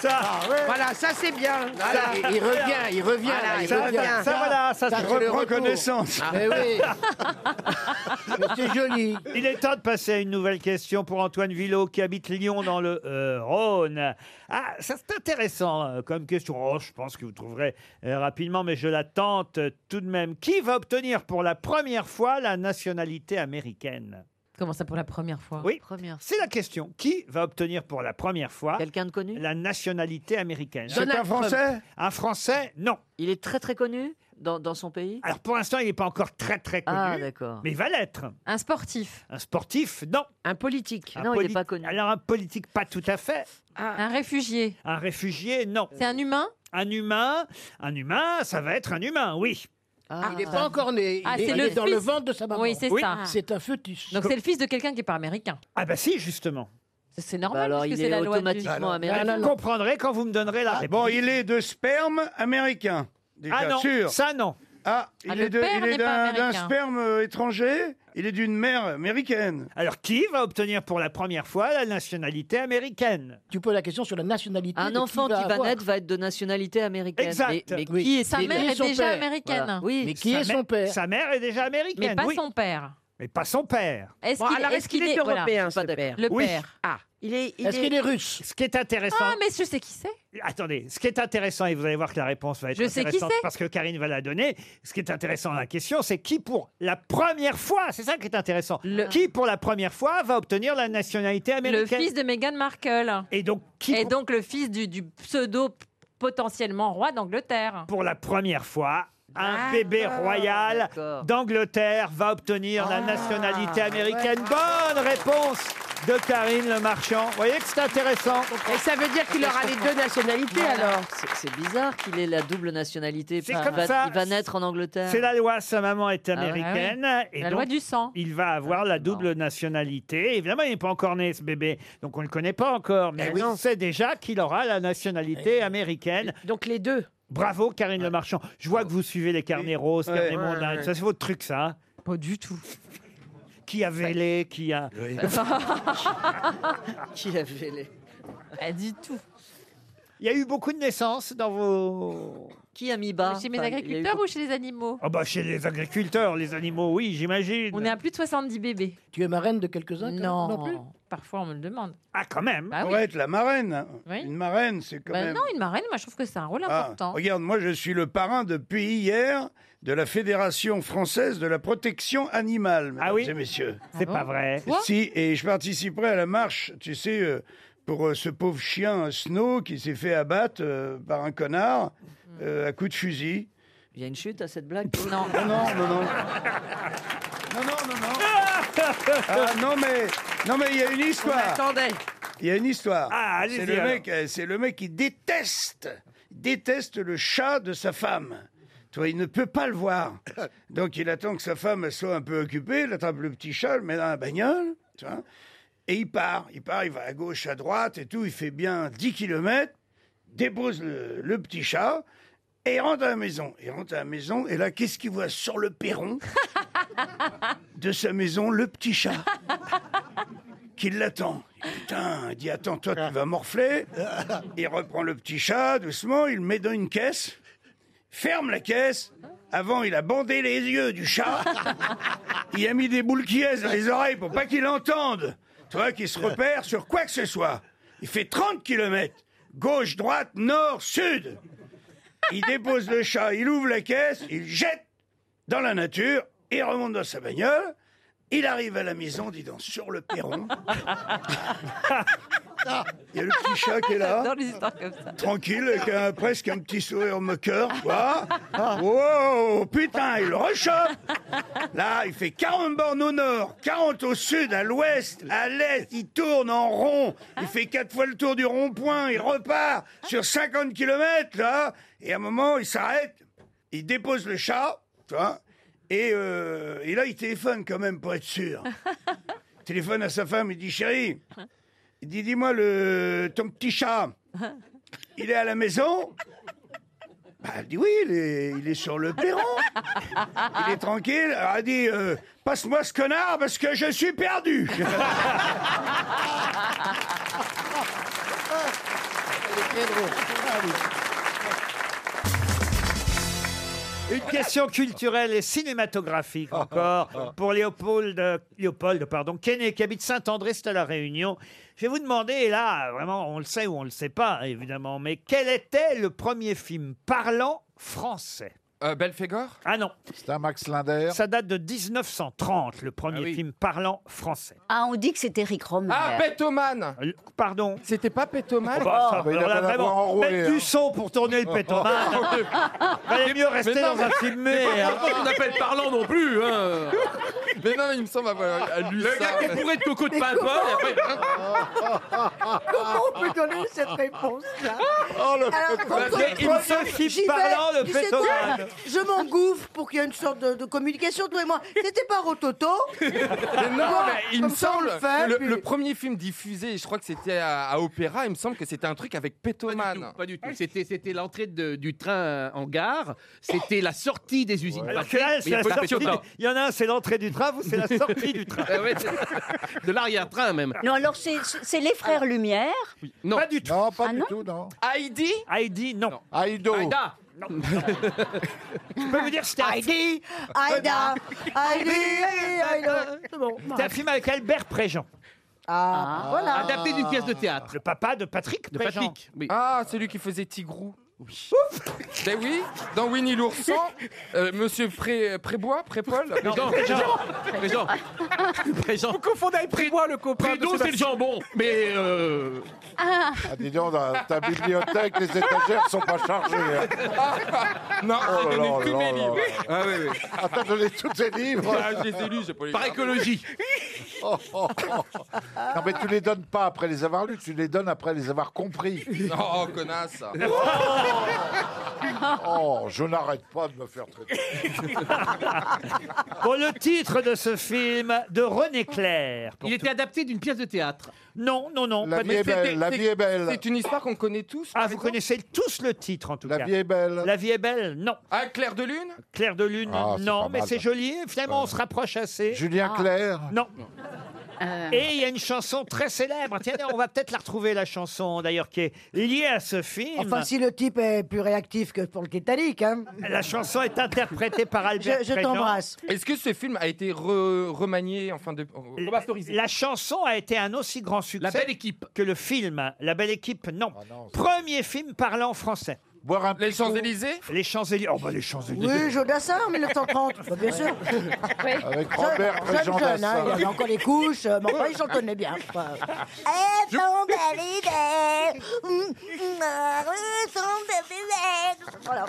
ça, Voilà, ça c'est bien. Voilà, il- il revient, il revient, là, il ça, revient. ça, ça, voilà, ça, Ça, c'est c'est le reprend retour. connaissance. Ah, mais oui. C'est joli. Il est temps de passer à une nouvelle question pour Antoine Villot qui habite Lyon dans le euh, Rhône. Ah, ça c'est intéressant euh, comme question. Oh, je pense que vous trouverez euh, rapidement, mais je la tente euh, tout de même. Qui va obtenir pour la première fois la nationalité américaine Comment ça pour la première fois Oui, Première. c'est la question. Qui va obtenir pour la première fois Quelqu'un de connu la nationalité américaine C'est Donald un Trump. Français Un Français Non. Il est très très connu dans, dans son pays. Alors pour l'instant, il n'est pas encore très très connu. Ah, d'accord. Mais il va l'être. Un sportif. Un sportif, non. Un politique. Un non, il politi- n'est pas connu. Alors un politique, pas tout à fait. Un réfugié. Un réfugié, non. C'est un humain Un humain, un humain, ça va être un humain, oui. Il n'est pas encore né. Il Ah, est, c'est il le est dans fils. le ventre de sa maman. Oui, c'est Oui. ça. C'est un fœtus. Donc c'est le fils de quelqu'un qui n'est pas américain. Ah bah si, justement. Bah, C'est Bah, normal parce que c'est la loi du... Vous comprendrez quand vous me donnerez la réponse. Ah, Bon, il est de sperme américain. Déjà Ah non, sûr. ça non. Ah, il Ah, le est de- père il est n'est pas d'un d'un américain. sperme euh, étranger. Il est d'une mère américaine. Alors qui va obtenir pour la première fois la nationalité américaine Tu poses la question sur la nationalité. Un de enfant qui va, avoir. naître va être de nationalité américaine. Exact. Mais, mais Oui. qui est Sa mère qui est son déjà père américaine. Voilà. Oui. Mais qui Sa est son mère- père Sa mère est déjà américaine. Mais pas oui. son père. Mais pas son père. Est-ce Bon, qu'il alors, est, est-ce qu'il est voilà, européen, pas ce de- père Le Oui. père. Ah, il est. il Est-ce est- qu'il est russe Ce qui est intéressant. Ah, mais je sais qui c'est. Attendez, ce qui est intéressant, et vous allez voir que la réponse va être Je sais qui intéressante c'est. parce que Karine va la donner, ce qui est intéressant dans la question, c'est qui pour la première fois, c'est ça qui est intéressant, qui pour la première fois va obtenir la nationalité Le américaine fils de Meghan Markle. Et donc qui Et pour, donc le fils du, du pseudo potentiellement roi d'Angleterre. pour la première fois un Ah, bébé d'accord. Ah, royal d'Angleterre va obtenir la nationalité américaine. Bonne réponse de Karine Le Marchand. Vous voyez que c'est intéressant. Et ça veut dire qu'il aura les deux nationalités Voilà. C'est- C'est bizarre qu'il ait la double nationalité. C'est Il comme va- ça. Il va naître en Angleterre. C'est la loi, sa maman est ouais, américaine. Ah ouais. La loi du sang. Il va avoir la double nationalité. Évidemment, il n'est pas encore né, ce bébé. Donc, on ne le connaît pas encore. Eh Mais on sait déjà qu'il aura la nationalité américaine. Eh Donc les deux. Bravo, Karine Le Marchand. Je vois que vous suivez les carnets roses, Ouais. carnets Ouais, mondains. ouais. Ça, c'est votre truc, ça hein Pas du tout. Qui a vélé Qui a. Qui a vélé Elle dit tout. Il y a eu beaucoup de naissances dans vos. Qui a mis bas Chez mes Enfin, il y a eu agriculteurs ou chez les animaux Ah bah, chez les agriculteurs, les animaux, oui, j'imagine. On est à plus de 70 bébés. Tu es marraine de quelques-uns quand Non. même non plus Parfois on me le demande. Ah, quand même. Bah Pour oui. être la marraine. hein. Oui. Une marraine, c'est quand Bah même. non, une marraine, moi je trouve que c'est un rôle Ah, important. regarde, moi je suis le parrain depuis hier de la Fédération française de la protection animale, mesdames Ah oui et messieurs. C'est pas vrai. Si, et je participerai à la marche, tu sais, euh, pour euh, ce pauvre chien euh, Snow qui s'est fait abattre euh, par un Mm. connard euh, à coup de fusil. Il y a une chute à cette blague Non. Non, non, non, non. Non, non, non, non. Ah, non, mais non, mais il y a une histoire. Il y a une histoire. Ah, allez-y, c'est le alors. mec, euh, c'est le mec qui déteste, déteste le chat de sa femme. Tu vois, il ne peut pas le voir. Donc il attend que sa femme elle soit un peu occupée, il attrape le petit chat, le met dans la bagnole. Tu vois. Et il part, il part, il va à gauche, à droite et tout, il fait bien 10 km, dépose le, le petit chat et il rentre à la maison. Il rentre à la maison et là, qu'est-ce qu'il voit sur le perron de sa maison Le petit chat qui l'attend. Putain, il dit attends, toi tu vas morfler. Il reprend le petit chat doucement, il le met dans une caisse, ferme la caisse. Avant, il a bandé les yeux du chat. Il a mis des boules qui aisent dans les oreilles pour pas qu'il entende. Toi qui se repère sur quoi que ce soit. Il fait 30 km. Gauche, droite, nord, sud. Il dépose le chat, il ouvre la caisse, il jette dans la nature, il remonte dans sa bagnole. Il arrive à la maison, dis donc, sur le perron. Il y a le petit chat qui est là. Dans les histoires comme ça. Tranquille, avec un- presque un petit sourire moqueur, quoi. Wow, putain, il le rechoppe. Là, il fait 40 bornes au nord, 40 au sud, à l'ouest, à l'est. Il tourne en rond. Il fait quatre fois le tour du rond-point. Il repart sur 50 km, là. Et à un moment, il s'arrête. Il dépose le chat, tu vois. Et, euh, et là, il téléphone quand même pour être sûr. Il téléphone à sa femme, il dit Chérie, il dit Dis-moi, le... ton petit chat, il est à la maison Bah, Elle dit Oui, il est, il est sur le perron. Il est tranquille. Alors, elle dit euh, Passe-moi ce connard parce que je suis perdu. Une question culturelle et cinématographique Ah, encore pour Léopold, euh, Léopold pardon, Kenney, qui habite Saint-André, c'est à La Réunion. Je vais vous demander, et là, vraiment, on le sait ou on le sait pas, évidemment, mais quel était le premier film parlant français Euh, Belphégor Ah non. C'est un Max Linder. Ça date de 1930, le Ah premier film parlant français. Ah, on dit que c'était Eric Romer. Ah, Pétoman Pardon C'était pas Pétoman Oh, bah, Ah, ça, alors là, vraiment, mettre hein. du son pour tourner le Ah, pétomane. Valait mieux rester dans un film muet. hein. on appelle parlant non plus. hein. Mais non, il me semble avoir à lui Le ça. gars qui est bourré de coco de pimpin, et Comment on peut donner cette réponse-là Oh, le pétomane. quand on- Il me semble qu'il j'y parlant, vais, le tu sais pétomane. quoi Je m'engouffre pour qu'il y ait une sorte de, de communication, toi et moi. C'était pas Rototo Mais non, Moi, mais il me comme ça, on semble le fait, que le, puis- le premier film diffusé, je crois que c'était à, à Opéra, il me semble que c'était un truc avec Pétoman. Pas du tout. C'était, c'était l'entrée de- du train en gare. C'était la sortie des usines. Alors que Patrick, là, mais c'est il y a la pas de sortie Pétoman. du- Il y en a un, c'est l'entrée du train, vous, c'est la sortie du train. Ah ouais, c'est- de l'arrière-train même. Non, alors c'est c'est les frères Lumière. Non. Pas du tout. Non, pas Ah du non tout, non. Heidi Heidi, non. Aïdo. Aïda. Je peux vous dire, c'était un Heidi, Aïda, Heidi, Aïda. C'est bon. C'était un film avec Albert Préjean. Ah, voilà. Adapté d'une pièce de théâtre. Le papa de Patrick De Préjean. Patrick, oui. Ah, celui qui faisait Tigrou. Ben oui, dans Winnie l'ourson, euh, Monsieur Pré, Prébois, Prépol. Non, Préjean. Présent. Présent. Vous confondez avec Prébois, le copain. Prédo, c'est le jambon. Mais. euh, Ah. Ah, dis donc, dans ta bibliothèque, les étagères sont ah. pas Ah, chargées. hein. Non, Oh là j'ai donné là tous là mes là livres. là. Ah oui, oui. Ah, t'as donné tous tes livres Ah, je les ai lus, j'ai pas les Par garder. écologie. Oh, oh, oh. Non, mais tu les donnes pas après les avoir lus, tu les donnes après les avoir compris. Oh, connasse. Oh, je n'arrête pas de me faire traiter. Bon, le titre de ce film de René Clair. Il était adapté d'une pièce de théâtre. Non, non, non. La pas vie du- est belle, la vie est belle. C'est une histoire qu'on connaît tous. Ah, vous connaissez tous le titre, en tout La cas. vie est belle. La vie est belle, non. Ah, Claire de Lune Claire de Lune, Ah, c'est non, pas mais mal, c'est ça. Euh, joli. et Finalement, on se rapproche assez. Julien Ah. Clerc. Non. Euh. Et il y a une chanson très célèbre. Tiens, on va peut-être la retrouver, la chanson, d'ailleurs, qui est liée à ce film. Enfin, si le type est plus réactif que pour le Titanic, hein. La chanson est interprétée par Albert Je- je Préjean. t'embrasse. Est-ce que ce film a été re- remanié enfin de... La chanson a été un aussi grand succès La belle équipe. que le film. La belle équipe, non. Ah Premier film parlant français. Boire un Les petit coup Champs-Élysées Les Champs-Élysées. Oh, bah, les Champs-Élysées. Oui, Joe Dassin en 1930. Bah, bien sûr. avec Jeune, Robert jeune, Préjean jeune, hein, il Dassin. avait encore les couches, euh, mais enfin, il s'en tenait bien. Eh, Enfin, eh, voilà.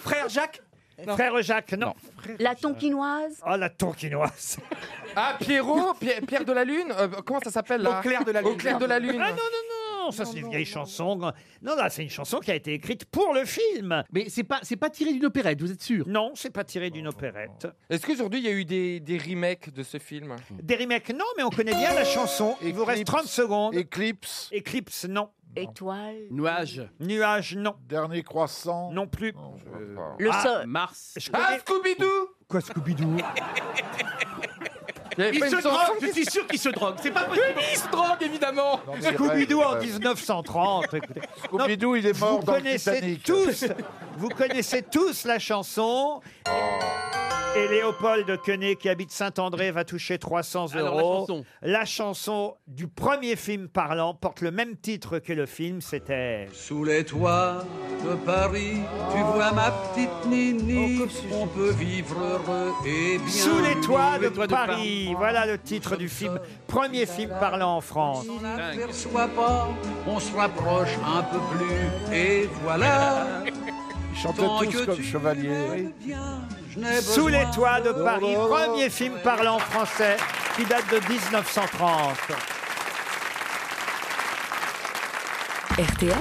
Frère Jacques Frère Jacques, non. La tonkinoise. Oh, la tonkinoise. Ah, Pierrot Pierre, Pierre de la Lune Euh, Comment ça s'appelle là Au clair de la Au lune. clair de la Lune. Ah non, non, non, ça c'est une vieille chanson. Non, là c'est une chanson qui a été écrite pour le film. Mais c'est pas c'est pas tiré d'une opérette, vous êtes sûr Non, c'est pas tiré d'une opérette. Est-ce qu'aujourd'hui, il y a eu des, des remakes de ce film Des remakes, non, mais on connaît bien la chanson. Il vous reste 30 secondes. Eclipse. Eclipse, non. Étoile. Nuage. Nuage, non. Dernier croissant. Non plus. Le sol. Mars. Je Ah, connais- Scooby-Doo Quoi, Scooby-Doo Il se drogue, je suis sûr qu'il se drogue. C'est pas possible. Il se drogue, évidemment Scooby-Doo en 1930. écoutez. Non, Scooby-Doo, il est mort vous dans le connaissez Titanic. tous, vous connaissez tous la chanson. Oh. Et Léopold Quenet, qui habite Saint-André, va toucher 300 euros. Alors, Ah la chanson. La chanson du premier film parlant porte le même titre que le film, c'était... Sous les toits de Paris, tu vois ma Oh, petite Nini. On peut vivre heureux et bien. Sous les toits de, Sous les Paris. Voilà le titre du film, premier film parlant en France. On n'aperçoit pas, on se rapproche un peu plus. Et voilà. Ils chantaient Tant tous que comme tu chevaliers. je n'ai Sous besoin les toits de Paris, Oh là là. premier film parlant français qui date de 1930. RTL,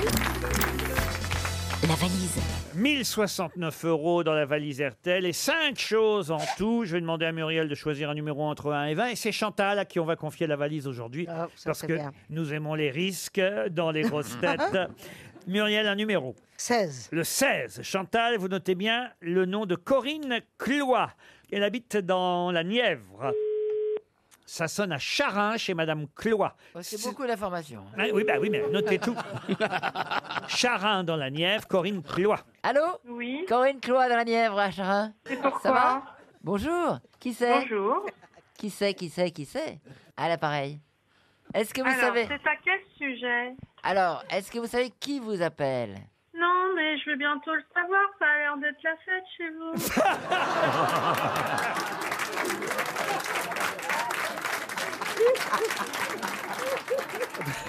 la valise. 1069 euros dans la valise RTL et 5 choses en tout. Je vais demander à Muriel de choisir un numéro entre 1 et 20. Et c'est Chantal à qui on va confier la valise aujourd'hui parce Ah, serait que bien. nous aimons les risques dans les grosses têtes. Muriel, un numéro. 16. Le 16. Chantal, vous notez bien le nom de Corinne Clois. Elle habite dans la Nièvre. Ça sonne à Charin chez Madame Clois. C'est beaucoup d'informations. Ah oui, bah oui, mais notez tout. Charin dans la Nièvre, Corinne Clois. Allô Oui. Corinne Clois dans la Nièvre, à Charin. Ça va Bonjour. Qui Eh, c'est Bonjour. Qui c'est, qui c'est, qui c'est À l'appareil. Est-ce que vous Alors, savez c'est à quel sujet Alors, est-ce que vous savez qui vous appelle Non, mais je vais bientôt le savoir. Ça a l'air d'être la fête chez vous.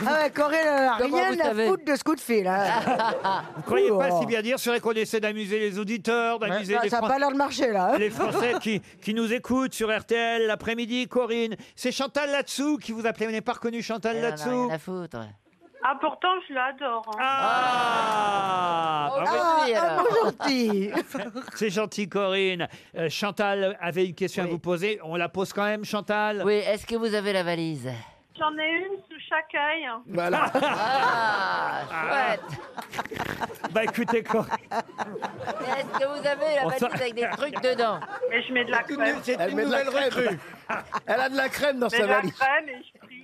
Ah ouais, Corinne, euh, Comment rien vous à savez foutre de ce coup de fil. hein. Vous croyez pas Oh. si bien dire, c'est vrai qu'on essaie d'amuser les auditeurs, d'amuser bah, Ça les, n'a Fran- pas l'air de marcher, là. hein. les Français qui, qui nous écoutent sur RTL l'après-midi, Corinne. C'est Chantal Latsou qui vous appelait, vous n'avez pas reconnu Chantal Elle en a Latsou Eh rien à foutre. Ah, pourtant, je l'adore. hein. Ah, bah oui. Ah, alors. gentil C'est gentil, Corinne. Euh, Chantal avait une question à vous poser, on la pose quand même, Chantal Oui, est-ce que vous avez la valise J'en ai une sous chaque œil. Voilà. Ah, chouette. Bah écoutez, Corinne. Est-ce que vous avez la On valise sort- avec des trucs dedans Mais je mets de la crème. c'est Elle une met de la nouvelle crème. recrue. Elle a de la crème dans sa valise. De la crème et je prie.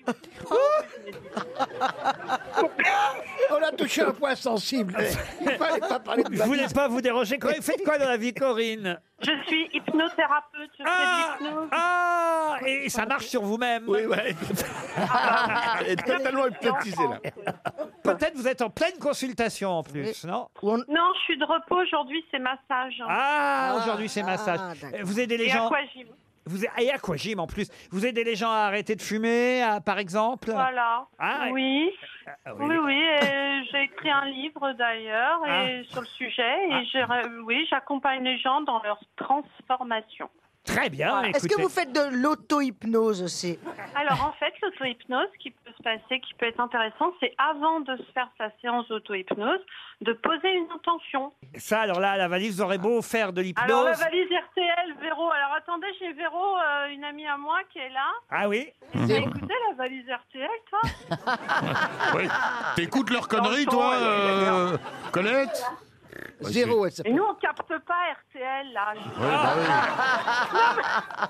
On a touché un point sensible. Il fallait pas parler de Je voulais pas vous déranger. Corinne, faites quoi dans la vie, Corinne Je suis hypnothérapeute. Je fais de l'hypnose. Ah, et ça marche sur vous-même. Oui, ouais. Elle est totalement hypnotisée, là. Peut-être vous êtes en pleine consultation en plus, non Non, je suis de repos. Aujourd'hui, c'est massage. Ah, aujourd'hui c'est massage. Euh, vous aidez les Et gens. aquagym. Vous et aquagym en plus. Vous aidez les gens à arrêter de fumer, à- par exemple. Voilà. Ah, oui. Ah, Oui, oui, et j'ai écrit un livre d'ailleurs Ah. et sur le sujet et je- oui, j'accompagne les gens dans leur transformation. Très bien. Est-ce que écoutez. vous faites de l'auto-hypnose aussi Alors en fait, l'auto-hypnose qui peut se passer, qui peut être intéressant, c'est avant de se faire sa séance d'auto-hypnose, de poser une intention. Ça, alors là, la valise, vous aurez beau faire de Alors la l'hypnose. valise RTL, Véro. Alors attendez, j'ai Véro, euh, une amie à moi qui est là. Ah oui. T'as écouté la valise RTL, toi Ouais. T'écoutes leurs conneries, toi, euh, Colette Zéro, elle Et nous, on capte pas RTL, là. bah bah Ah.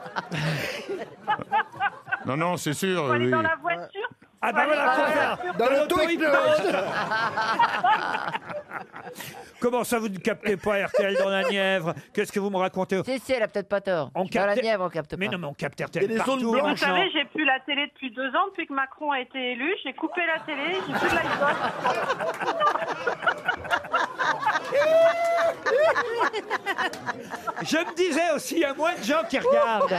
Non, non, c'est sûr. Faut aller oui. dans la voiture. Ah bah Faut aller voilà, faut la faire voiture. de l'auto-hypnose. Comment ça, vous ne captez pas RTL dans la Nièvre Qu'est-ce que vous me racontez Si, si, elle a peut-être pas tort. On Dans la capte- Nièvre, on capte Mais pas. non, mais on capte RTL partout hein. Vous maintenant. savez, j'ai plus la télé depuis deux ans, depuis que Macron a été élu. J'ai coupé la télé, j'ai plus de Je me disais aussi, il y a moins de gens qui regardent.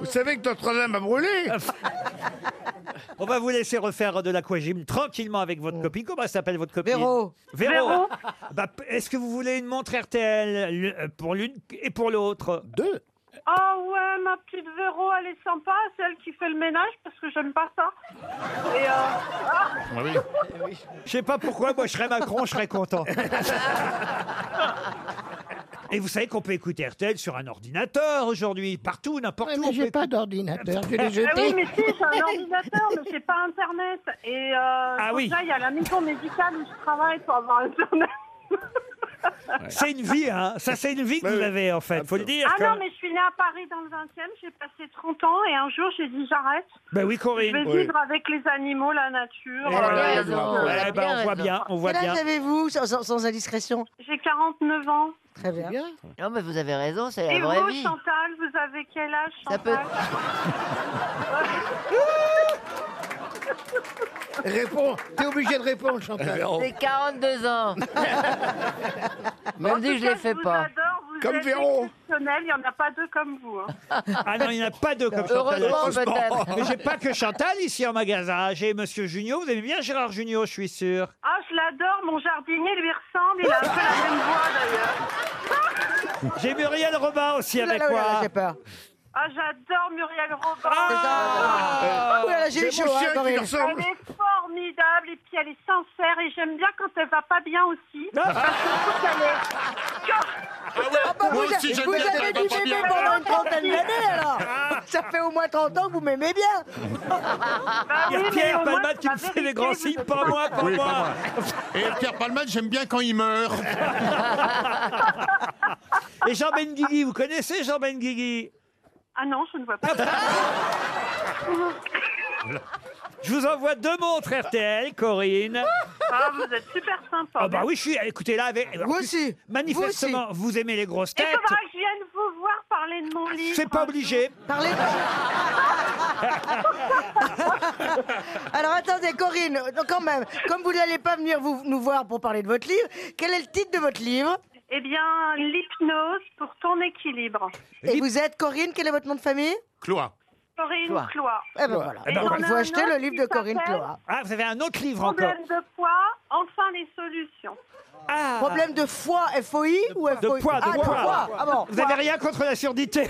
Vous savez que notre dame a brûlé On va vous laisser refaire de l'aquagym tranquillement avec votre copine. Comment elle s'appelle votre copine Véro. Véro. Véro. Bah, p- Est-ce que vous voulez une montre RTL l'u- euh, pour l'une et pour l'autre Deux. Oh ouais, ma petite Véro, elle est sympa, c'est elle qui fait le ménage parce que j'aime pas ça. Et euh, Ah, Je sais pas pourquoi, moi je serais Macron, je serais content. Et vous savez qu'on peut écouter RTL sur un ordinateur aujourd'hui, partout, n'importe où. mais j'ai pas d'ordinateur, je l'ai ah oui, jeté. mais si, c'est un ordinateur, mais c'est pas Internet. Et euh, faut Ah oui. que j'aille à la maison médicale où je travaille pour avoir Internet. C'est une vie, hein. Ça, c'est une vie que vous avez, en fait. Faut le dire. Ah non, quand- mais je suis née à Paris dans le 20e, j'ai passé 30 ans et un jour j'ai dit j'arrête. Ben oui, Je Corinne. vais vivre avec les animaux, la nature. Eh euh, ben, les enfants. eh ben, on voit bien, on voit Quel bien. âge avez-vous, sans, sans- sans indiscrétion J'ai 49 ans. Très bien. Non, mais vous avez raison, c'est Et la vraie vous, vie. Chantal, vous avez quel âge, Ça peut- Chantal Réponds, t'es obligé de répondre, Euh, Eh Chantal. ben, J'ai 42 ans. En Même tout si je cas, les fais vous pas. adore, vous Comme êtes Véro. exceptionnels, il n'y en a pas deux comme vous. hein. Ah non, il n'y en a pas deux comme Chantal. Heureusement, peut-être. Mais j'ai pas que Chantal ici en magasin. J'ai Monsieur Junio. Vous aimez bien Gérard Junio, je suis sûr. Ah, je l'adore, mon jardinier lui ressemble, il a un peu la même voix d'ailleurs. J'ai Muriel Robin aussi Ouh là avec là, ouh là là, moi. j'ai peur. Ah, j'adore Muriel Robin. Ah Ouh là là, j'ai eu C'est chaud, mon hein, chien qui Corinne. lui ressemble. Elle est formidable et puis elle est sincère et j'aime bien quand elle va pas bien aussi. Ah. Parce que je trouve qu'elle est- Ah bah, Moi vous, aussi, a- j'aime vous bien avez qu'elle dû va pas m'aimer bien. pendant une trentaine d'années, alors Ah. Ça fait au moins 30 ans que vous m'aimez bien Il y oui, a mais Pierre au moins, Palmade qui me fait des grands signes. Pas moi, pas Oui, pas moi. Et Pierre Palmade, j'aime bien quand il meurt. Et Jean Benguigui, vous connaissez Jean Benguigui Ah non, je ne vois pas. Je vous envoie deux montres RTL, Corinne. Ah, vous êtes super sympa. Ah bah oui, je suis. Écoutez là, avec. Vous aussi, Manifestement, vous vous, aimez les grosses Il têtes. faudra que je vienne vous voir parler de mon livre. C'est pas obligé. Parlez Alors attendez, Corinne, donc quand même, comme vous n'allez pas venir vous- nous voir pour parler de votre livre, quel est le titre de votre livre Eh bien, l'hypnose pour ton équilibre. Et vous êtes Corinne, quel est votre nom de famille Cloa. Corinne Cloa. Cloa. Eh ben voilà. Eh ben Il voilà. faut acheter le livre de Corinne Cloa. Ah, vous avez un autre livre encore. Problème de poids, enfin les solutions. Problème de foie, FOI ou FOI De poids, de Ah, poids. Ah bon. Vous avez rien contre la surdité.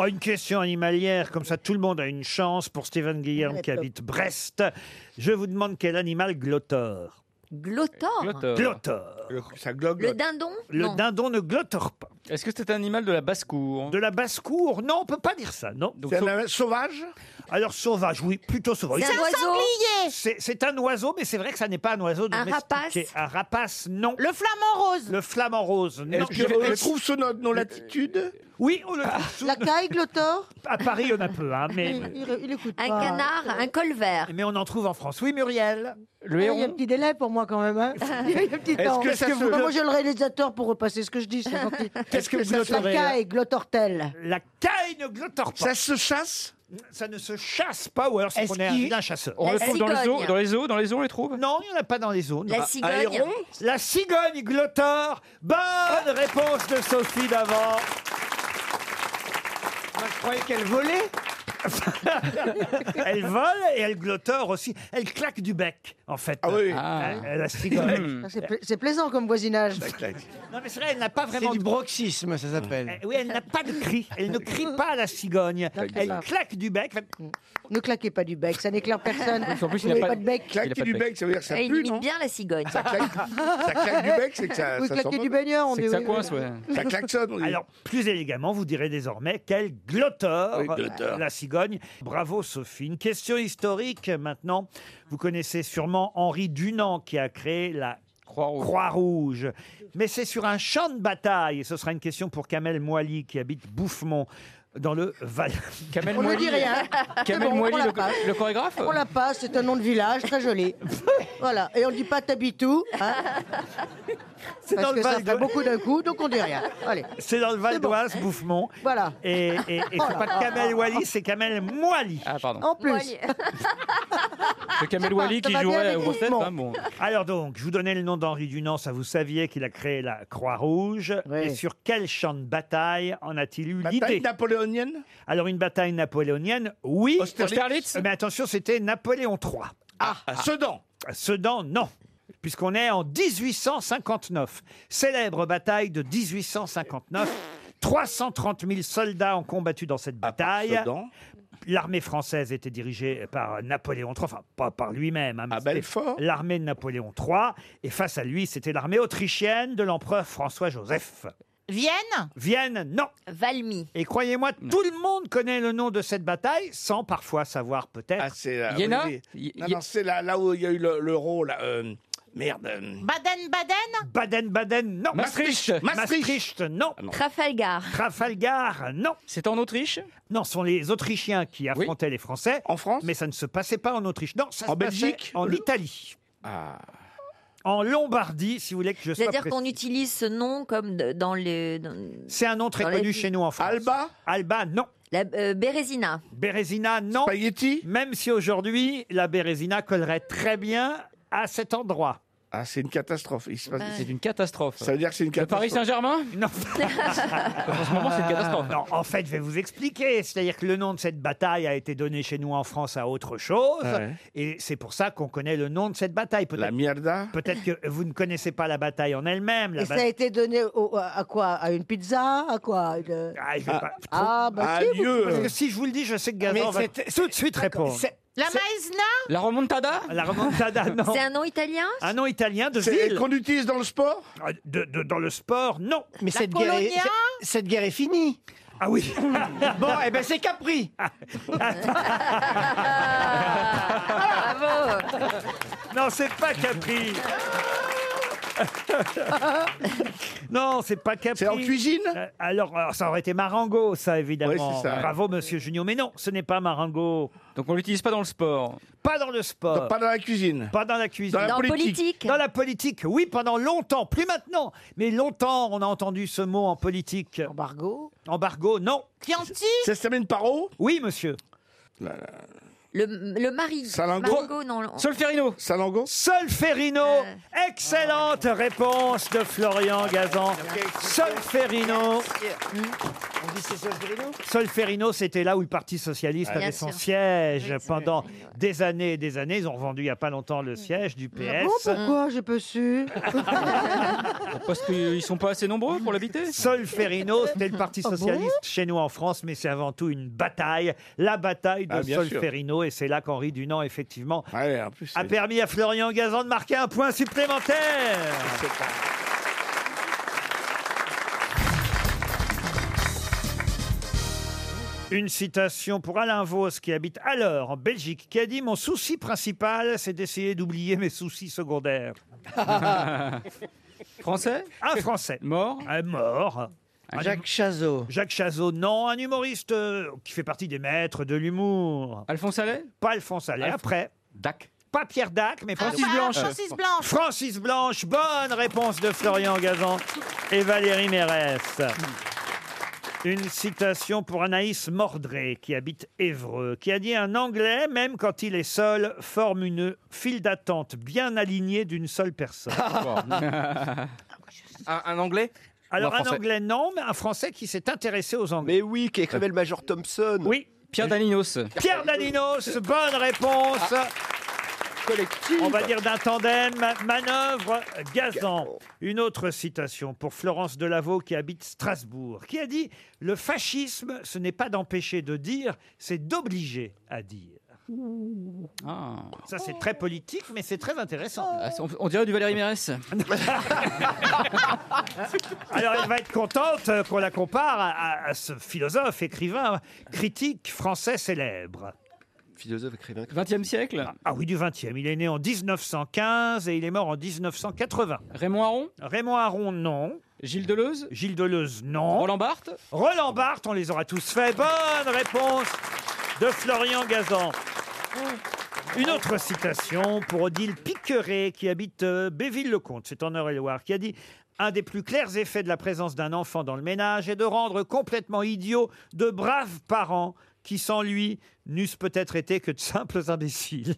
Oh, une question animalière, comme ça tout le monde a une chance pour Stéphane Guillaume Ouais, qui top. habite Brest. Je vous demande quel animal glotteur Glottor. Glotteur. Ça globe. Le dindon Le Non. dindon ne glottore pas. Est-ce que c'est un animal de la basse-cour De la basse-cour Non, on peut pas dire ça, non. C'est un sauvage Alors sauvage, oui, plutôt sauvage. C'est un C'est un oiseau sanglier C'est c'est un oiseau, mais c'est vrai que ça n'est pas un oiseau Un domestique. rapace Un rapace, non. Le flamant rose Le flamant rose, non. Est-ce qu'on le trouve sous nos, nos latitudes Oui, on le trouve sous... La caille, Glotor À Paris, on a peu, hein, mais... il, il- il écoute Un pas. canard, un colvert. Mais on en trouve en France. Oui, Muriel Ouais, Ah, Il y a un petit délai pour moi quand même. Hein. Il y a un petit Est-ce temps. que ça se- Moi j'ai le réalisateur pour repasser ce que je dis. c'est gentil. Qu'est-ce que vous La noterez, caille, Glotortel. La caille ne glottore pas. Ça se chasse Ça ne se chasse pas, ou alors c'est Est-ce qu'on est un qu'il- vilain chasseur. On La retrouve dans les cigogne. eaux- dans les eaux, dans les eaux, on les trouve Bah, Non, il n'y en a pas dans les eaux. non. La cigogne. Aéron La cigogne glotteur. Bonne réponse de Sophie d'avant. je croyais qu'elle volait. elle vole et elle glotteur aussi. Elle claque du bec, en fait. Ah Hmm. oui. La cigogne. C'est pla- C'est plaisant comme voisinage. Non, mais c'est vrai, elle n'a pas vraiment. C'est du de- broxisme, ça s'appelle. Eh Oui, elle n'a pas de cri. Elle ne crie pas la cigogne. Elle claque du bec. Mm. Ne claquez pas du bec, ça n'éclaire personne. En plus, il Vous a n'avez pas- pas de bec. Claquer Il a pas de du bec. bec, ça veut dire que ça Et il pue, imite bien la cigogne. Ça claque- ça claque du bec, c'est que ça- Vous ça claquez sent du pas- baigneur, on C'est dit. que ça oui, coince, oui. ouais. Alors, plus élégamment, vous direz désormais quel glotteur, Oui, glotteur. la cigogne. Bravo, Sophie. Une question historique maintenant. Vous connaissez sûrement Henri Dunant qui a créé la Croix-Rouge. Mais c'est sur un champ de bataille. Et ce sera une question pour Kamel Moali qui habite Bouffemont. Dans le Val. Kamel On ne dit rien. C'est bon, on la passe. chorégraphe On la passe, c'est un nom de village, très joli. voilà, et on ne dit pas Tabitou, hein, C'est parce dans le que ça Val fait d'Oise. beaucoup d'un coup, donc on dit rien. Allez. C'est dans le Val d'Oise, Bouffemont. Voilà. Et, et, et c'est Oh là. pas Kamel Wally, c'est Kamel Moali. Ah, pardon. En plus. C'est Kamel Wally qui jouerait aux grosses têtes. hein, bon. Alors donc, je vous donnais le nom d'Henri Dunant, ça vous saviez qu'il a créé la Croix-Rouge. Et sur quel champ de bataille en a-t-il eu l'idée Bataille napoléonienne Alors une bataille napoléonienne, oui. Austerlitz Mais attention, c'était Napoléon III. Ah, Sedan. À Sedan, non. Puisqu'on est en 1859. Célèbre bataille de 1859. 330 000 soldats ont combattu dans cette Ah, bataille. Sedan. L'armée française était dirigée par Napoléon III, enfin pas par lui-même, hein, Ah, mais c'était l'armée de Napoléon III. Et face à lui, c'était l'armée autrichienne de l'empereur François-Joseph. Vienne Vienne, non. Valmy. Et croyez-moi, tout le monde connaît le nom de cette bataille, sans parfois savoir peut-être. Ah, c'est Iéna euh, oui, oui. Non, non, c'est là, là où il y a eu le- l'euro, là. euh, merde. euh, Baden-Baden Baden-Baden, non. Maastricht. Ah, Maastricht, non. Trafalgar. Trafalgar, non. C'est en Autriche Non, ce sont les Autrichiens qui affrontaient les Français. En France Mais ça ne se passait pas en Autriche. Non, ça En se passait Belgique Ah. En Italie. En Lombardie, si vous voulez que je sois C'est-à-dire qu'on précis. utilise ce nom comme de- dans les. dans- C'est un nom très dans connu les- chez nous en France. Alba Alba, non. La euh, Bérésina. Bérésina, non. Spaghetti Même si aujourd'hui, la Bérésina collerait très bien à cet endroit. Ah, c'est une catastrophe. Il se passe- Ouais. C'est une catastrophe. Ça veut dire que c'est une catastrophe. Paris Saint-Germain Non. En ce moment, c'est une catastrophe. Non, Ah, en fait, je vais vous expliquer. C'est-à-dire que le nom de cette bataille a été donné chez nous en France à autre chose. Ah Ouais. Et c'est pour ça qu'on connaît le nom de cette bataille. La mierda Peut-être que vous ne connaissez pas la bataille en elle-même. la Et ça bataille- a été donné au- à quoi À une pizza À quoi à une- euh, Ah, je vais pas- Ah, bah si, vous- Ah, Parce que si je vous le dis, je sais que Gazan Mais va c'était- tout de suite répondre. La Maïsna La remontada La remontada, non. C'est un nom italien Un nom italien de C'est- ville. qu'on utilise dans le sport Dans le sport, non. Mais cette guerre, est, c'est- cette guerre est finie. Ah oui. bon, eh ben c'est Capri. Bravo Non, c'est pas Capri. non, c'est pas Capri. C'est en cuisine Euh, alors, alors, ça aurait été Marango, ça, évidemment. Oui, c'est ça, ouais. Bravo, monsieur Junio. Mais non, ce n'est pas Marango. Donc, on l'utilise pas dans le sport Pas dans le sport. Pas dans la cuisine. Pas dans la cuisine. Dans la Dans politique. Dans la politique, oui, pendant longtemps, plus maintenant, mais longtemps, on a entendu ce mot en politique. Embargo Embargo, non. Chianti Ça se termine par O Oui, monsieur. Le, le mari. Maringo, non. le- Solferino. Salango. Solferino. Excellente réponse de Florian Gazan. Solferino. Mmh. On dit c'est Solferino Solferino, c'était là où le Parti Socialiste Ouais. avait Bien son sûr. siège pendant des années et des années. Ils ont revendu il n'y a pas longtemps le siège du Ah PS. bon, pourquoi J'ai pas su. Parce qu'ils sont pas assez nombreux pour l'habiter. Solferino, c'était le Parti Ah bon socialiste chez nous en France, mais c'est avant tout une bataille, la bataille de Ah, bien sûr. Solferino, et c'est là qu'Henri Dunant effectivement plus, a c'est- permis à Florian Gazan de marquer un point supplémentaire. Une citation pour Alain Vos qui habite alors en Belgique, qui a dit Mon souci principal, c'est d'essayer d'oublier mes soucis secondaires. Français Un Français. Mort Un mort. Jacques Chazot. Jacques Chazot, non. Un humoriste euh, qui fait partie des maîtres de l'humour. Alphonse Allais Pas Alphonse Allais, Alph- après. Dac. Pas Pierre Dac, mais Francis Alpha- Blanche. Francis Blanche. Francis Blanche, bonne réponse de Florian Gazan et Valérie Mérès. Une citation pour Anaïs Mordré, qui habite Évreux, qui a dit Un Anglais, même quand il est seul, forme une file d'attente bien alignée d'une seule personne. Ah. Un, un anglais Alors, Ou un Français Anglais, non, mais un Français qui s'est intéressé aux Anglais. Mais oui, qui écrivait le Major Thompson. Oui. Pierre Daninos. Pierre Daninos, bonne réponse. On va dire d'un tandem, manœuvre Gazan. Une autre citation pour Florence Delaveau qui habite Strasbourg, qui a dit Le fascisme, ce n'est pas d'empêcher de dire, c'est d'obliger à dire. Ah. Ça, c'est très politique, mais c'est très intéressant. On, on dirait du Valérie Mérès. Alors elle va être contente euh, qu'on la compare à, à- à ce philosophe, écrivain, critique français célèbre. Philosophe, écrivain. 20e siècle Ah oui, du 20e. Il est né en 1915 et il est mort en 1980. Raymond Aron Raymond Aron, non. Gilles Deleuze Gilles Deleuze, non. Roland Barthes Roland Barthes, on les aura tous faits. Bonne réponse de Florian Gazan. Une autre citation pour Odile Piqueret, qui habite euh, Béville-le-Comte, c'est en Eure-et-Loire, qui a dit Un des plus clairs effets de la présence d'un enfant dans le ménage est de rendre complètement idiots de braves parents qui, sans lui, n'eussent peut-être été que de simples imbéciles.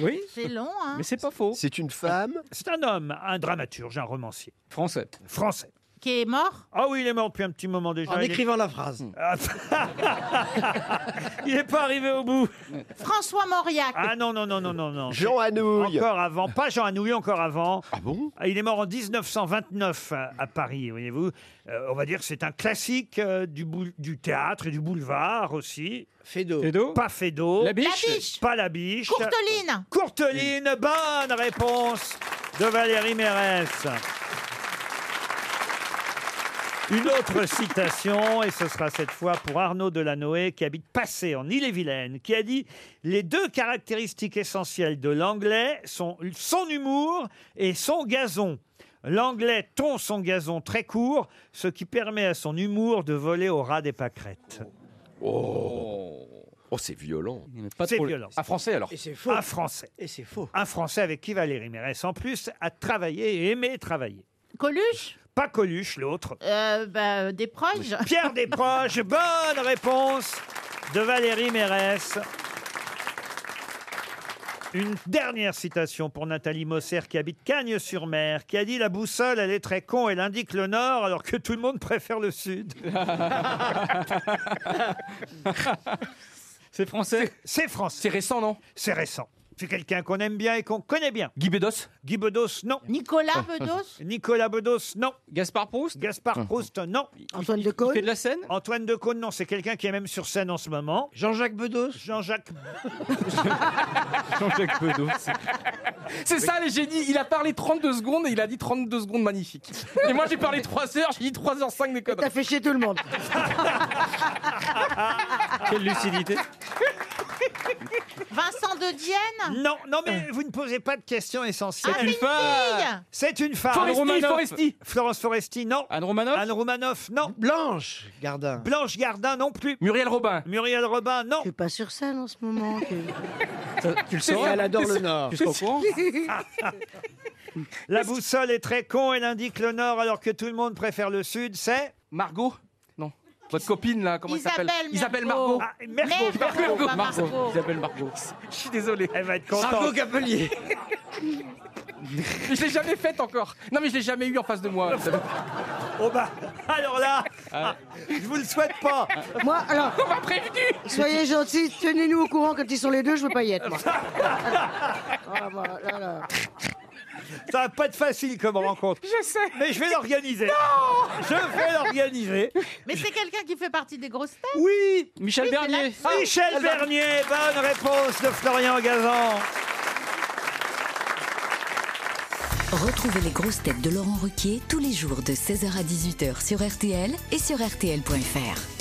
Oui C'est long, hein Euh, c'est pas faux. C'est une femme C'est un homme, un dramaturge, un romancier. Français. Français. qui est mort Ah oui, il est mort depuis un petit moment déjà. En il est- Ah. écrivant la phrase. il n'est pas arrivé au bout. François Mauriac. Ah non, non, non, non, non, non. Jean Anouilh. Encore avant. Pas Jean Anouilh, encore avant. Ah bon Il est mort en 1929 à, euh, à Paris, voyez-vous. Euh, on va dire que c'est un classique euh, du, boule- du théâtre et du boulevard aussi. Fédo. Pas Fédo. La Biche La Biche. Pas la biche. Courteline. Courteline, bonne réponse de Valérie Mérès. Une autre citation, et ce sera cette fois pour Arnaud Delanoë, qui habite Passé, en Ille-et-Vilaine, qui a dit « Les deux caractéristiques essentielles de l'anglais sont son humour et son gazon. L'anglais tond son gazon très court, ce qui permet à son humour de voler au ras des pâquerettes. Oh, oh c'est violent. C'est violent. Un français alors c'est faux. Un français. Et c'est faux. Un français avec qui Valérie Mérès, en plus, a travaillé et aimé travailler. Coluche Pas Coluche, l'autre. Euh, bah, des proches. Pierre Desproges, bonne réponse de Valérie Mérès. Une dernière citation pour Nathalie Mosser qui habite Cagnes-sur-Mer, qui a dit La boussole, elle est très con, elle indique le nord alors que tout le monde préfère le sud. C'est français C'est français. C'est récent, non C'est récent. C'est quelqu'un qu'on aime bien et qu'on connaît bien. Guy Bedos Guy Bedos, non. Nicolas Bedos Nicolas Bedos, non. Gaspard Proust Gaspard Proust, non. Antoine Decaune fait de la scène Antoine Decaune, non. C'est quelqu'un qui est même sur scène en ce moment. Jean-Jacques Bedos Jean-Jacques... Jean-Jacques Bedos. C'est ça les génies, il a parlé 32 secondes et il a dit 32 secondes magnifiques. Et moi j'ai parlé 3 heures, j'ai dit 3 h 5 des conneries. T'as fait chier tout le monde. Quelle lucidité Vincent de Dienne Non, non, mais vous ne posez pas de questions essentielles. C'est Ah, une c'est une femme. fille C'est une femme. Foresti, Anne Romanoff. Foresti. Florence Foresti, non. Anne Romanoff Anne Romanoff, non. Blanche Gardin. Blanche Gardin, non plus. Muriel Robin Muriel Robin, non. Je suis pas sur scène en ce moment. tu le sauras. Elle adore le Nord. Tu seras au courant La boussole est très con, elle indique le Nord alors que tout le monde préfère le Sud, c'est Margot Non. Votre copine là, comment elle s'appelle Isabelle Margot. Margot. Ah, Mergo, Margot, Margot, Margot, pas Margot. Margot. Isabelle Margot. Je suis désolé. Elle va être contente. Margot Capelier. je l'ai jamais faite encore. Non mais je l'ai jamais eu en face de moi. Ah. oh bah alors là, je vous le souhaite pas. Moi, alors. On m'a prévenu. Soyez gentils, tenez-nous au courant quand ils sont les deux, je veux pas y être. moi. Oh, bah, Ça va pas être facile comme rencontre. Je sais. Mais je vais l'organiser. Non Je vais l'organiser. Mais c'est quelqu'un qui fait partie des grosses têtes Oui Michel Bernier Michel Bernier, bonne réponse de Florian Gazan. Retrouvez les grosses têtes de Laurent Ruquier tous les jours de 16h à 18h sur RTL et sur RTL.fr.